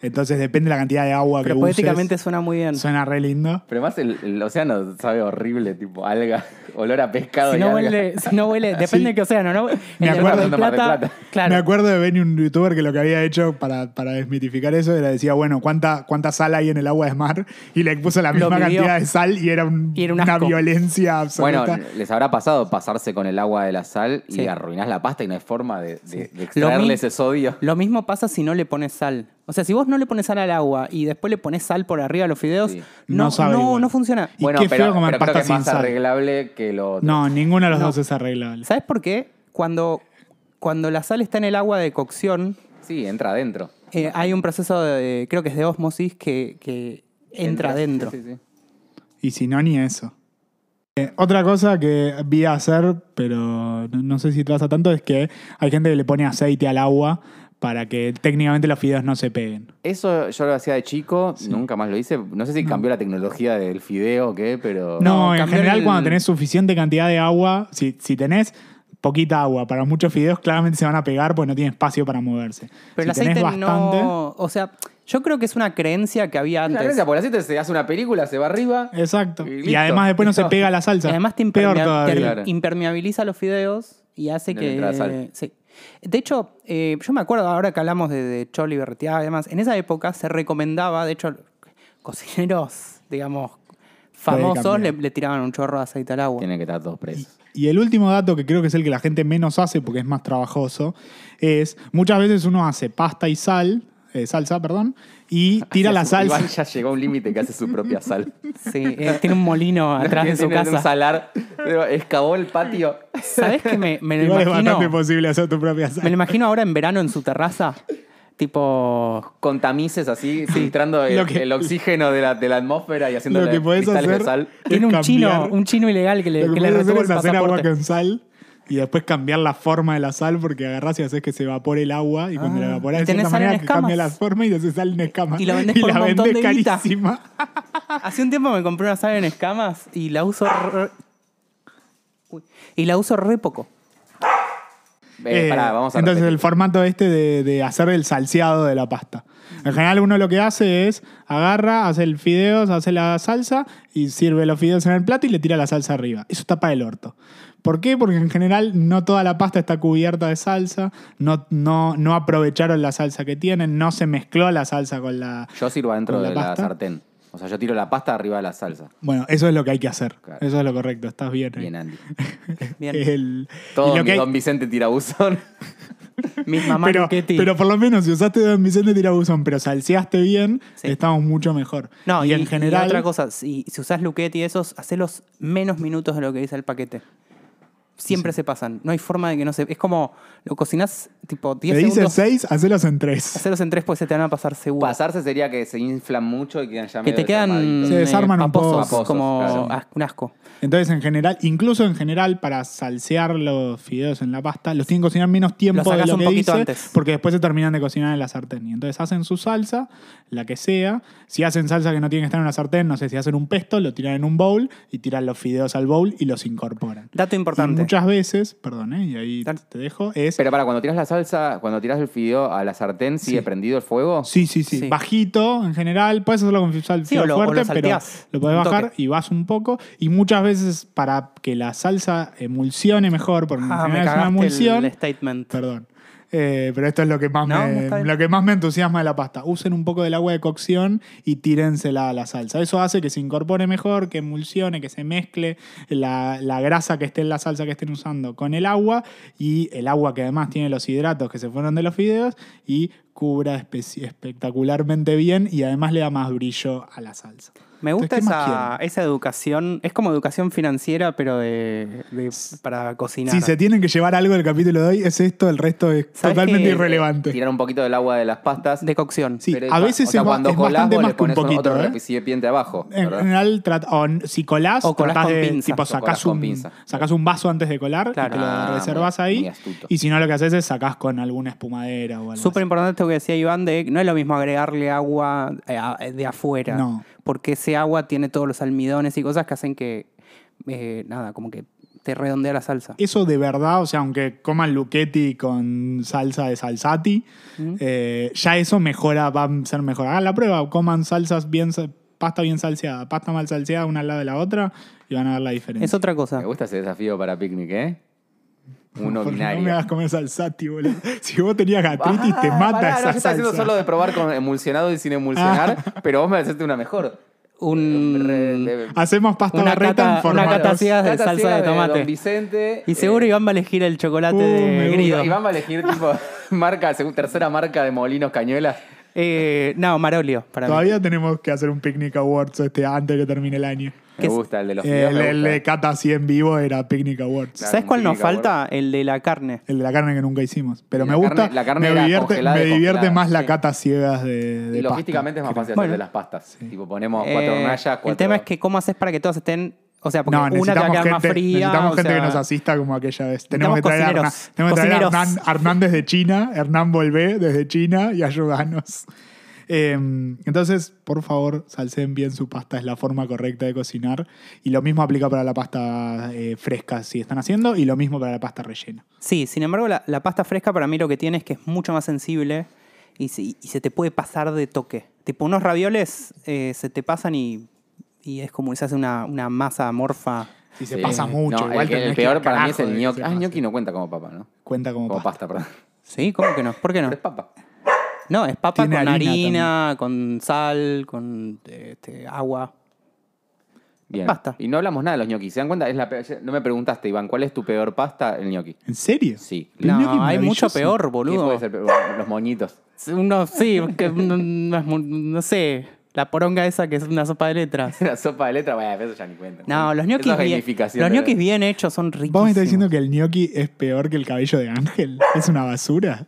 Entonces depende de la cantidad de agua Pero que uses. poéticamente suena muy bien. Suena re lindo. Pero más el, el océano sabe horrible, tipo alga, olor a pescado Si y no, alga. huele, si no huele, depende de qué océano, ¿no? En el Ah, acuerdo. Mar del Mar del Plata, Plata. Claro. Me acuerdo de ver un youtuber que lo que había hecho para, para desmitificar eso era decía, bueno, ¿cuánta, ¿cuánta sal hay en el agua de mar? Y le puso la Lo misma midió. cantidad de sal y era, un- Y era un una asco. violencia Bueno, absoluta. les habrá pasado pasarse con el agua de la sal y Sí. arruinás la pasta y no hay forma de, Eh, de- de Lo mi- extraerle ese sodio. Lo mismo pasa si no le pones sal. O sea, si vos no le pones sal al agua y después le pones sal por arriba a los fideos, Sí. no, No sabe no, igual. no funciona. Y bueno, qué pero, feo comer pero creo pasta que es más sin sal. arreglable que lo otro. no, ninguno de los No. dos es arreglable. ¿Sabes por qué? Cuando, cuando la sal está en el agua de cocción, Sí, entra adentro. eh, hay un proceso de, creo que es de osmosis, que, que entra adentro. Sí, sí, sí. Y si no, ni eso. Eh, otra cosa que vi hacer, pero no, no sé si pasa tanto, es que hay gente que le pone aceite al agua para que técnicamente los fideos no se peguen. Eso yo lo hacía de chico, nunca más lo hice. No sé si cambió la tecnología del fideo o qué, pero. No, No, en cambiar general el- cuando tenés suficiente cantidad de agua, si, si tenés poquita agua para muchos fideos, claramente se van a pegar porque no tiene espacio para moverse. Pero si el aceite tenés bastante, no. O sea, yo creo que es una creencia que había La antes. gracia, porque el aceite se hace una película, se va Eh. arriba. Exacto. Y Y, listo. además después no se Listo. pega la salsa. Y además te Peor impermea- todavía. te Claro. impermeabiliza los fideos y hace No le que. entra la sal. Sí. De hecho, eh, yo me acuerdo ahora que hablamos de, de Choli Bertiá, además, en esa época se recomendaba, de hecho, cocineros, digamos, famosos le, le tiraban un chorro de aceite al agua. Tienen que estar todos presos. Y el último dato que creo que es el que la gente menos hace porque es más trabajoso es muchas veces uno hace pasta y sal, eh, salsa, perdón, y tira la salsa. Iván ya llegó a un límite que hace su propia sal. Sí, eh, tiene un molino atrás de su Tiene un casa. salar, pero excavó el patio. ¿Sabes que me, me lo Igual es bastante imagino? posible hacer tu propia Me lo sal. imagino ahora en verano en su terraza, tipo Con tamices así, filtrando Lo el, que- el oxígeno de la, de la atmósfera y haciendo Lo que podés cristales hacer de sal. Tiene un cambiar- chino, un chino ilegal que le, Lo que que le puedes hacer retuvo el es hacer agua pasaporte. con sal y después cambiar la forma de la sal porque agarrás y haces que se evapore el agua y cuando Ah. la evaporás Y de tenés cierta sal en manera que cambia la escamas. forma y te hace sal en escamas. Y la vendés por un montón vendés de guita. carísima. Hace un tiempo me compré una sal en escamas y la uso re- Uy. y la uso re poco. Eh, Eh, pará, vamos a entonces repetir. el formato este de, de hacer el salseado de la pasta. En general uno lo que hace es agarra, hace el fideos, hace la salsa y sirve los fideos en el plato y le tira la salsa arriba. Eso está para el orto. ¿Por qué? Porque en general no toda la pasta está cubierta de salsa, no, no, no aprovecharon la salsa que tienen, no se mezcló la salsa con la... Yo sirvo adentro ¿Con la de la pasta? sartén. O sea, yo tiro la pasta arriba de la salsa. Bueno, eso es lo que hay que hacer. Claro. Eso es lo correcto, estás bien. ahí. Bien, Andy. Bien. El- Todo y lo mi que hay- Don Vicente tirabuzón. Mi mamá pero, Luchetti. pero por lo menos si usaste Don Vicente Tirabuzón, pero salseaste bien, Sí. estamos mucho mejor. no, y, en general. y otra cosa, si, si usás Luquetti y esos, hacelos menos minutos de lo que dice el paquete. Siempre se pasan. No hay forma de que no se. Es como lo cocinás tipo te 10 dice segundos. 6, hacelos en 3. Hacelos en 3 pues se te van a pasar seguro. Pasarse sería que se inflan mucho y quedan ya que medio te quedan desarmaditos. Se eh, desarman un poco. paposos, Paposos, como claro. as- un asco. Entonces, en general, incluso en general, para salsear los fideos en la pasta, los tienen que cocinar menos tiempo Los de sacás lo un que poquito dice, antes. porque después se terminan de cocinar en la sartén. Y entonces hacen su salsa, la que sea. Si hacen salsa que no tiene que estar en una sartén, no sé, si hacen un pesto, lo tiran en un bowl y tiran los fideos al bowl y los incorporan. Dato importante. Y muchas veces, perdón, ¿eh? y ahí Dale. te dejo, es Pero para cuando tiras la salsa, cuando tiras el fideo a la sartén, ¿sigue Sí. prendido el fuego? Sí, sí, sí, Sí. Bajito en general. Puedes hacerlo con sal Sí, o lo- o lo fuerte, pero salteás, lo podés un toque. bajar y vas un poco. Y muchas veces para que la salsa emulsione mejor, porque en Ah, me general es una cagaste emulsión. el, statement. Perdón. Eh, pero esto es lo que, más No, no está me, bien. lo que más me entusiasma de la pasta. Usen un poco del agua de cocción y tírensela a la salsa. Eso hace que se incorpore mejor, que emulsione, que se mezcle la, la grasa que esté en la salsa que estén usando con el agua y el agua que además tiene los hidratos que se fueron de los fideos y cubra especi- espectacularmente bien y además le da más brillo a la salsa. Me gusta Entonces, ¿qué más esa, esa educación. Es como educación financiera, pero de, de- para cocinar. Si se tienen que llevar algo del capítulo de hoy, es esto, el resto es ¿Sabes totalmente qué? irrelevante. Tirar un poquito del agua de las pastas. De cocción. Sí, Pero a es ba- veces o sea, es, ba- cuando es colás, bastante vos más le que un pones poquito. otro ¿eh? recipiente abajo. En ¿verdad? general, trat- o n- si colás, O colás tratás con de, pinzas. tipo, O colás sacás con un, pinzas. sacás un vaso antes de colar Claro. y te lo Ah, reservas muy- muy ahí. astuto. Y si no, lo que haces es sacás con alguna espumadera o algo Súper así. importante esto que decía Iván de no es lo mismo agregarle agua eh, a- de afuera. No. Porque ese agua tiene todos los almidones y cosas que hacen que. eh, nada, como que te redondea la salsa. Eso de verdad, o sea, aunque coman luchetti con salsa de salsati, eh, ya eso mejora, va a ser mejor. Hagan la prueba, coman salsas bien, sa- pasta bien salseada, pasta mal salseada una al lado de la otra y van a ver la diferencia. Es otra cosa. Me gusta ese desafío para picnic, ¿eh? Uno Porque no binario. Ah, me hagas comer salsati, boludo. Si vos tenías gastritis, te mata Pará, esa no, yo estaba haciendo salsa. solo de probar con emulsionado y sin emulsionar, pero vos me haciste una mejor. Un- Re- de- Hacemos pasta Una barreta cata- en una formatos. cata ciega. de Cata salsa ciega de tomate. Don Vicente. eh, y seguro Iván va a elegir el chocolate Uh, me de gusta. grido. Iván. Iván va a elegir tipo marca, segu- tercera marca de Molinos Cañuelas. Eh, no, Marolio, para mí. Todavía tenemos que hacer un Picnic Awards este, antes de que termine el año. Me ¿Qué es- gusta el de los Eh, fideos, el, me el gusta. de cata así en vivo era Picnic Awards. Claro, ¿Sabes un cuál nos picnic ahora. falta? El de la carne. El de la carne que nunca hicimos. Pero Y me la gusta. carne- la carne me era divierte, congelada me y divierte congelada, más la sí. cata ciegas de. de Y logísticamente es más fácil hacer Bueno. de las pastas. Tipo, ponemos cuatro Eh, hornallas, cuatro... El tema es que cómo haces para que todas estén. O sea, porque No, una te va a necesitamos quedar gente, más fría. necesitamos o gente que sea, nos asista como aquella vez. Tenemos Necesitamos que traer, a Hernán, cocineros, tenemos que traer a cocineros. Hernán, Hernán desde China, Hernán Volvé desde China y ayúdanos. Eh, entonces, por favor, salseen bien su pasta, es la forma correcta de cocinar. Y lo mismo aplica para la pasta eh, fresca, si están haciendo, y lo mismo para la pasta rellena. Sí, sin embargo, la, la pasta fresca para mí lo que tiene es que es mucho más sensible y se, y se te puede pasar de toque. Tipo, unos ravioles eh, se te pasan y, y es como se hace una, una masa amorfa. Si se Sí. pasa mucho, No, igual el, que- el tenés que ir peor al para mí es el carajo de que gnocchi. se Ah, pase. gnocchi no cuenta como papa, ¿no? Cuenta como, Como pasta, pasta. perdón. ¿Sí? ¿Cómo que no? ¿Por qué no? Pero es papa. No, es papa Tiene con harina harina, con sal, con eh, este, agua. Bien. Pasta. Y no hablamos nada de los ñoquis. ¿Se dan cuenta? Es la pe- No me preguntaste, Iván, ¿cuál es tu peor pasta? El ñoqui. ¿En serio? Sí. El gnocchi No, hay mucho maravilloso. peor, ¿Qué boludo. puede ser peor? Los moñitos. Uno, sí, que no, no es mu- no sé, la poronga esa que es una sopa de letras. La sopa de letra, vaya, eso ya ni cuenta. No, los ñoquis, Eso es bien, gamificación, los pero- ñoquis bien hechos son riquísimos. ¿Vos me estás diciendo que el gnocchi es peor que el cabello de Ángel? ¿Es una basura?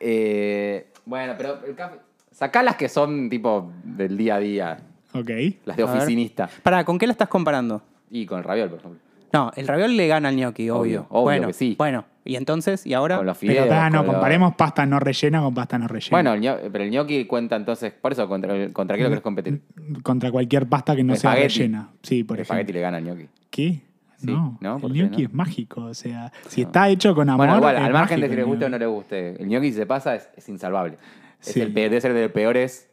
Eh, bueno, pero el café. Sacá las que son tipo del día a día, Ok. las de A ver. oficinista. Pará, ¿con qué la estás comparando? Y con el raviol, por ejemplo. No, el raviol le gana al gnocchi, obvio. Obvio, obvio bueno, que sí. Bueno, y entonces, ¿y ahora? Con los fideos. Pero ta, no, con los- comparemos pasta no rellena con pasta no rellena. Bueno, el ño- pero el gnocchi cuenta entonces, por eso, ¿contra, el- contra qué lo querés competir? Contra cualquier pasta que no sea Espagueti. rellena. Sí, por el ejemplo. espagueti le gana al gnocchi. ¿Qué? Sí, no, ¿no? ¿Por el qué gnocchi no? es mágico. O sea, si está hecho con amor. Bueno, igual, es al margen mágico de si le el guste o no gnocchi. le guste, el gnocchi si se pasa es, es insalvable. Es Sí. el peor, debe ser de los peores.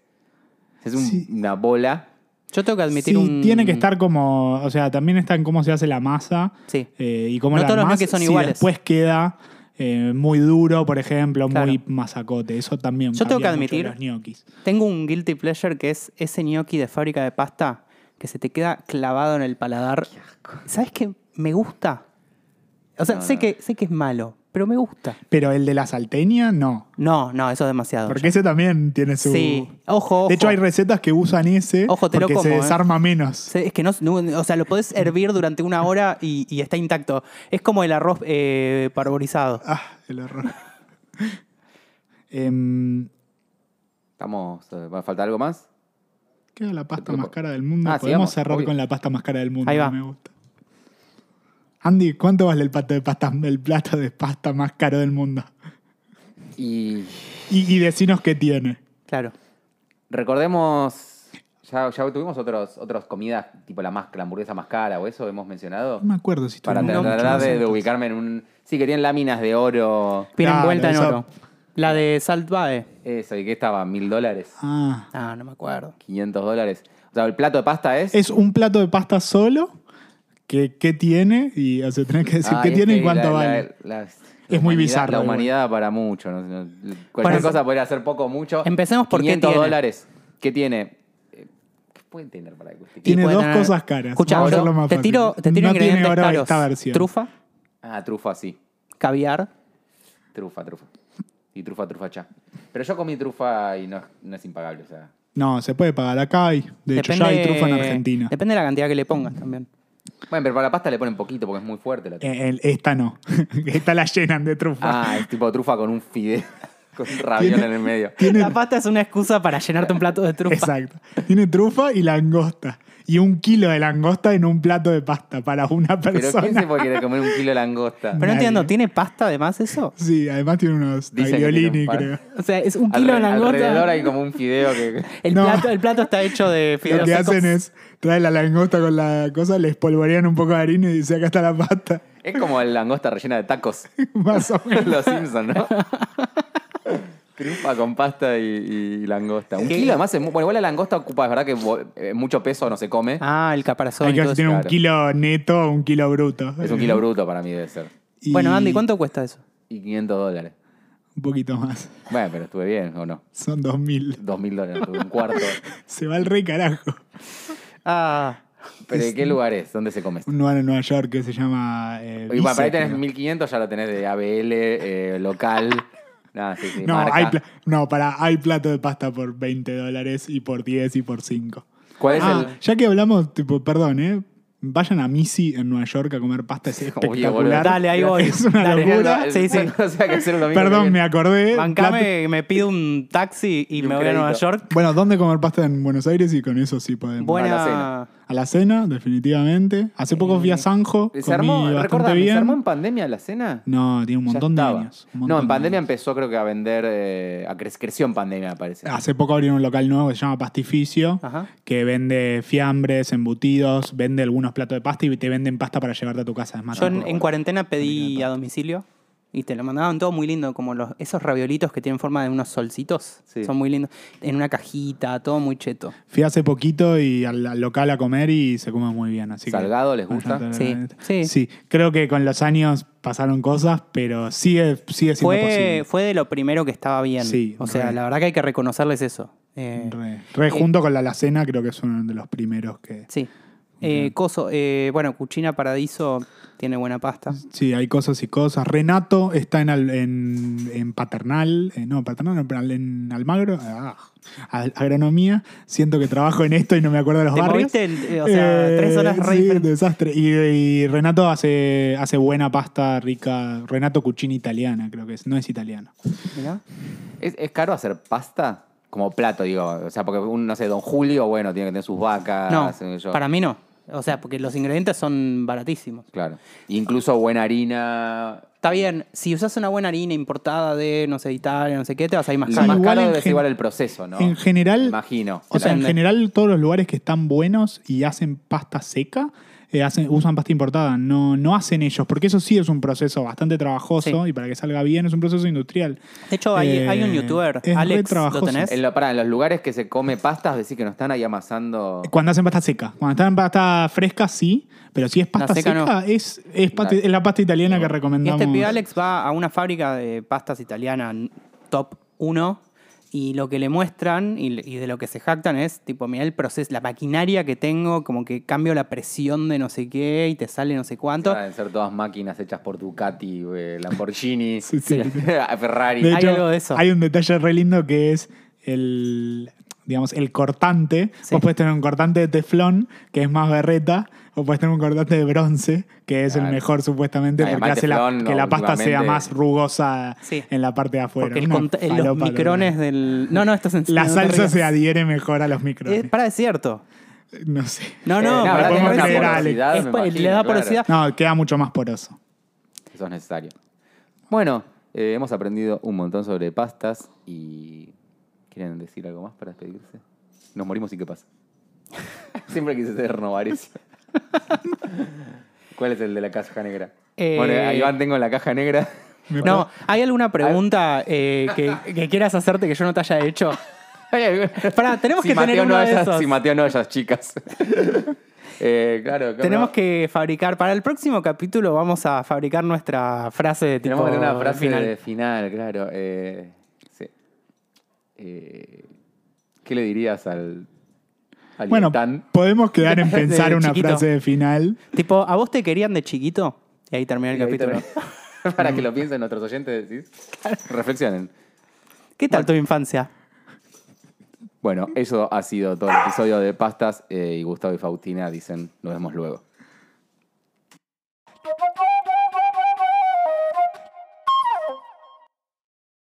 Es un- Sí. una bola. Yo tengo que admitir Sí, un... tiene que estar como. O sea, también está en cómo se hace la masa. Sí. eh, y cómo No la todos los armás, gnocchis son si iguales. Después queda eh, muy duro, por ejemplo, Claro. muy masacote. Eso también. Yo tengo que cambia mucho admitir- Los gnocchis. Tengo un guilty pleasure que es ese gnocchi de fábrica de pasta que se te queda clavado en el paladar. ¿Sabes qué? Me gusta. O sea, No, sé, no. Que, sé que es malo, pero me gusta. Pero el de la salteña, no. No, no, eso es demasiado. Porque ese también tiene su. Sí, ojo, ojo. De hecho, hay recetas que usan ese Ojo, te lo porque se como, eh. desarma menos. Sí, Es que no, no, o sea, lo podés hervir durante una hora y, y está intacto. Es como el arroz eh, parborizado. Ah, el error. Em, Estamos. eh, ¿Va a faltar algo más? ¿Qué era la pasta Te más toco. cara del mundo? Ah, Podemos sigamos, cerrar obvio. con la pasta más cara del mundo. Ahí va. que Me gusta. Andy, ¿cuánto vale el plato de pasta, el plato de pasta más caro del mundo? Y Y, y decinos qué tiene. Claro. recordemos. Ya, ya tuvimos otros, otras comidas, tipo la, más, la hamburguesa más cara o eso, hemos mencionado. No me acuerdo si Para tuvimos mucho tratar más de, de antes. ubicarme en un. Sí, que tienen láminas de oro. Viene Claro, envuelta en esa- oro. La de Salt Bae. Eso, y que estaba, mil dólares, Ah. Ah, no me acuerdo. 500 dólares. O sea, el plato de pasta es. Es un plato de pasta solo. que ¿Qué tiene? Y o sea, tenés que decir Ah, qué es tiene que y la- cuánto la- vale. la- la muy humanidad- bizarro, La igual. humanidad para mucho. no- no- cualquier Bueno, cosa podría ser poco o mucho. empecemos por qué 500 tiene. dólares. ¿Qué tiene? Eh, ¿Qué pueden tener para acústica? Tiene puede dos tener- cosas caras. Escuchá, Vamos a yo hacerlo más te fácil. tiro, te tiro No tiene ingredientes oro caros. esta versión. Trufa, Ah, trufa, sí. caviar. Trufa, trufa. Y trufa, trufa, cha. Pero yo comí trufa y no, es- no es impagable. O sea, No, se puede pagar acá. Hay, de hecho, ya hay trufa en Argentina. Depende de la cantidad que le pongas también. Bueno, pero para la pasta le ponen poquito porque es muy fuerte la trufa. Eh, el- esta no. esta la llenan de trufa. Ah, es tipo trufa con un fideo, con un ravión Tiene- en el medio. La pasta es una excusa para llenarte un plato de trufa. Exacto. Tiene trufa y langosta. Y un kilo de langosta en un plato de pasta para una Pero ¿quién se persona. puede querer comer un kilo de langosta? Pero no entiendo, Nadie. ¿tiene pasta además eso? Sí, además tiene unos Dicen que tiene tagliolini, un par. creo. O sea, es un kilo de Alre- Alrededor hay langosta. como un fideo que... El, No. plato, el plato está hecho de Lo fideos que secos. hacen es traen la langosta con la cosa, les polvorean un poco de harina y dicen acá está la pasta. Es como la langosta rellena de tacos. Más o menos. Los Simpsons, ¿no? Trufa con pasta y, y langosta. Un ¿Qué? kilo además es mu- Bueno, igual la langosta ocupa, es verdad que vo- eh, mucho peso no se come. Ah, el caparazón. Hay y que ver todo si tiene eso, un claro. kilo neto o un kilo bruto. Es un kilo bruto para mí debe ser. eso. Bueno, Andy, ¿cuánto cuesta eso? Y 500 dólares. Un poquito más. Bueno, pero estuve bien, ¿o no? Son dos mil. Dos mil dólares, estuve un cuarto. Se va el rey carajo. Ah, ¿Pero ¿de qué lugar es? ¿Dónde se come esto? Un lugar en Nueva York que se llama. eh, Y bueno, para ahí Vice, tenés creo. 1500, ya lo tenés de ABL, eh, local. Nada, sí, sí, No, marca. hay, pla- no, para, hay plato de pasta por 20 dólares y por 10 y por 5. ¿Cuál es Ah, el...? ya que hablamos, tipo, perdón, ¿eh? Vayan a Missy en Nueva York a comer pasta, es Oye, boludo. espectacular. dale, ahí voy. Es una Dale. locura. Sí, sí. O sea, que hacer un domingo que Perdón, viene. me acordé. Plato- Bancame, me pido un taxi y, Y un me voy a Nueva crédito. York. Bueno, ¿dónde comer pasta en Buenos Aires? Y con eso sí la podemos. Buena. cena. A la cena, definitivamente. Hace poco fui a Sanjo, comí Eh, ¿Se armó, bastante recordame, bien. ¿se armó en pandemia la cena? No, tiene un Ya montón de estaba. años. no, un montón en de pandemia años. empezó creo que a vender, eh, a cre- creció en pandemia me parece. Hace poco abrieron un local nuevo que se llama Pastificio, Ajá. que vende fiambres, embutidos, vende algunos platos de pasta y te venden pasta para llevarte a tu casa. Es más Yo en, tampoco- en cuarentena pedí a domicilio Y te lo mandaban todo muy lindo, como los, esos raviolitos que tienen forma de unos solcitos. Sí. Son muy lindos. En una cajita, todo muy cheto. Fui hace poquito y al, al local a comer y se come muy bien. Así que- ¿Salgado les gusta? Sí, sí. creo que con los años pasaron cosas, pero sigue, sigue siendo Fue, posible. fue de lo primero que estaba bien. Sí, o sea, re. la verdad que hay que reconocerles eso. Eh, Re, re junto con la alacena creo que es uno de los primeros que... Sí. Eh, Coso, eh, bueno, Cuchina Paradiso tiene buena pasta. Sí, hay cosas y cosas. Renato está en, Al- en, en Paternal, eh, no, Paternal, no, pero en Almagro, ah, al- agronomía. Siento que trabajo en esto y no me acuerdo de los Te barrios. moviste, en- eh, o sea, Eh, tres horas re sí, diferentes. desastre. Y, y Renato hace, hace buena pasta rica. Renato Cucina italiana, creo que es. No es italiano. Mirá. ¿Es, es caro hacer pasta? Como plato, digo. O sea, porque un, no sé, Don Julio, bueno, tiene que tener sus Ah, vacas. No, qué sé yo. para mí no. O sea, porque los ingredientes son baratísimos. Claro. Incluso buena harina. Está bien, si usas una buena harina importada de, no sé, Italia, no sé qué, te vas a ir más Lo caro. más igual caro en debe ser gen- igual el proceso, ¿no? En general, Imagino. O sea, en Depende. general, todos los lugares que están buenos y hacen pasta seca, eh, hacen, usan pasta importada. No, no hacen ellos, porque eso sí es un proceso bastante trabajoso Sí. y para que salga bien es un proceso industrial. De hecho, hay, Eh, hay un youtuber, es re Alex, ¿lo trabajoso. tenés? Este En, lo- pará, en los lugares que se come pastas, decir que no están ahí amasando. Cuando hacen pasta seca. Cuando están en pasta fresca, sí, pero si es pasta seca seca, no. es, es, pati- Claro. es la pasta italiana que Y recomendamos. este pibe Alex va a una fábrica de pastas italiana n- top 1 y lo que le muestran y, le- y de lo que se jactan es, tipo, mira el proceso, la maquinaria que tengo, como que cambio la presión de no sé qué y te sale no sé cuánto. Deben ser todas máquinas hechas por Ducati, eh, Lamborghini, Sí, sí. Ferrari. De Hay hecho, algo de eso. hay un detalle re lindo que es el digamos el cortante. Sí. Vos podés tener un cortante de teflón, que es más berreta, o podés tener un cortante de bronce, que es Claro. el mejor supuestamente, Además, porque hace la- teflón, que la pasta sea últimamente- más rugosa Sí. en la parte de afuera. porque el Una cont- eh, los falopa micrones total. del... No, no, esto es en La no te salsa rías. se adhiere mejor a los Eh, micrones. para, es cierto. No sé. No, no, Eh, pero habrá podemos tenido una creer a Alex. porosidad, Es me pa- le imagino, da claro. porosidad. No, queda mucho más poroso. Eso es necesario. Bueno, eh, hemos aprendido un montón sobre pastas y. ¿Quieren decir algo más para despedirse? Nos morimos y qué pasa. Siempre quise ser Novares. ¿Cuál es el de la caja negra? Eh, Bueno, a Iván tengo en la caja negra. Me No, ¿hay alguna pregunta eh, que, que quieras hacerte que yo no te haya hecho? Pará, tenemos Si que tener Mateo uno no de haya- esos. Si Mateo no hayas, chicas. Eh, claro, ¿cómo Tenemos no? que fabricar, para el próximo capítulo vamos a fabricar nuestra frase de tipo Tenemos que tener una frase final. de final, claro. eh, sí. Eh, ¿Qué le dirías al, al Bueno, Tan? podemos quedar en Desde pensar una chiquito. frase de final. Tipo, ¿a vos te querían de chiquito? Y ahí termina el capítulo. Para que lo piensen nuestros oyentes, ¿sí? reflexionen. ¿Qué tal tu infancia? Bueno, eso ha sido todo el episodio de Pastas eh, y Gustavo y Faustina dicen nos vemos luego.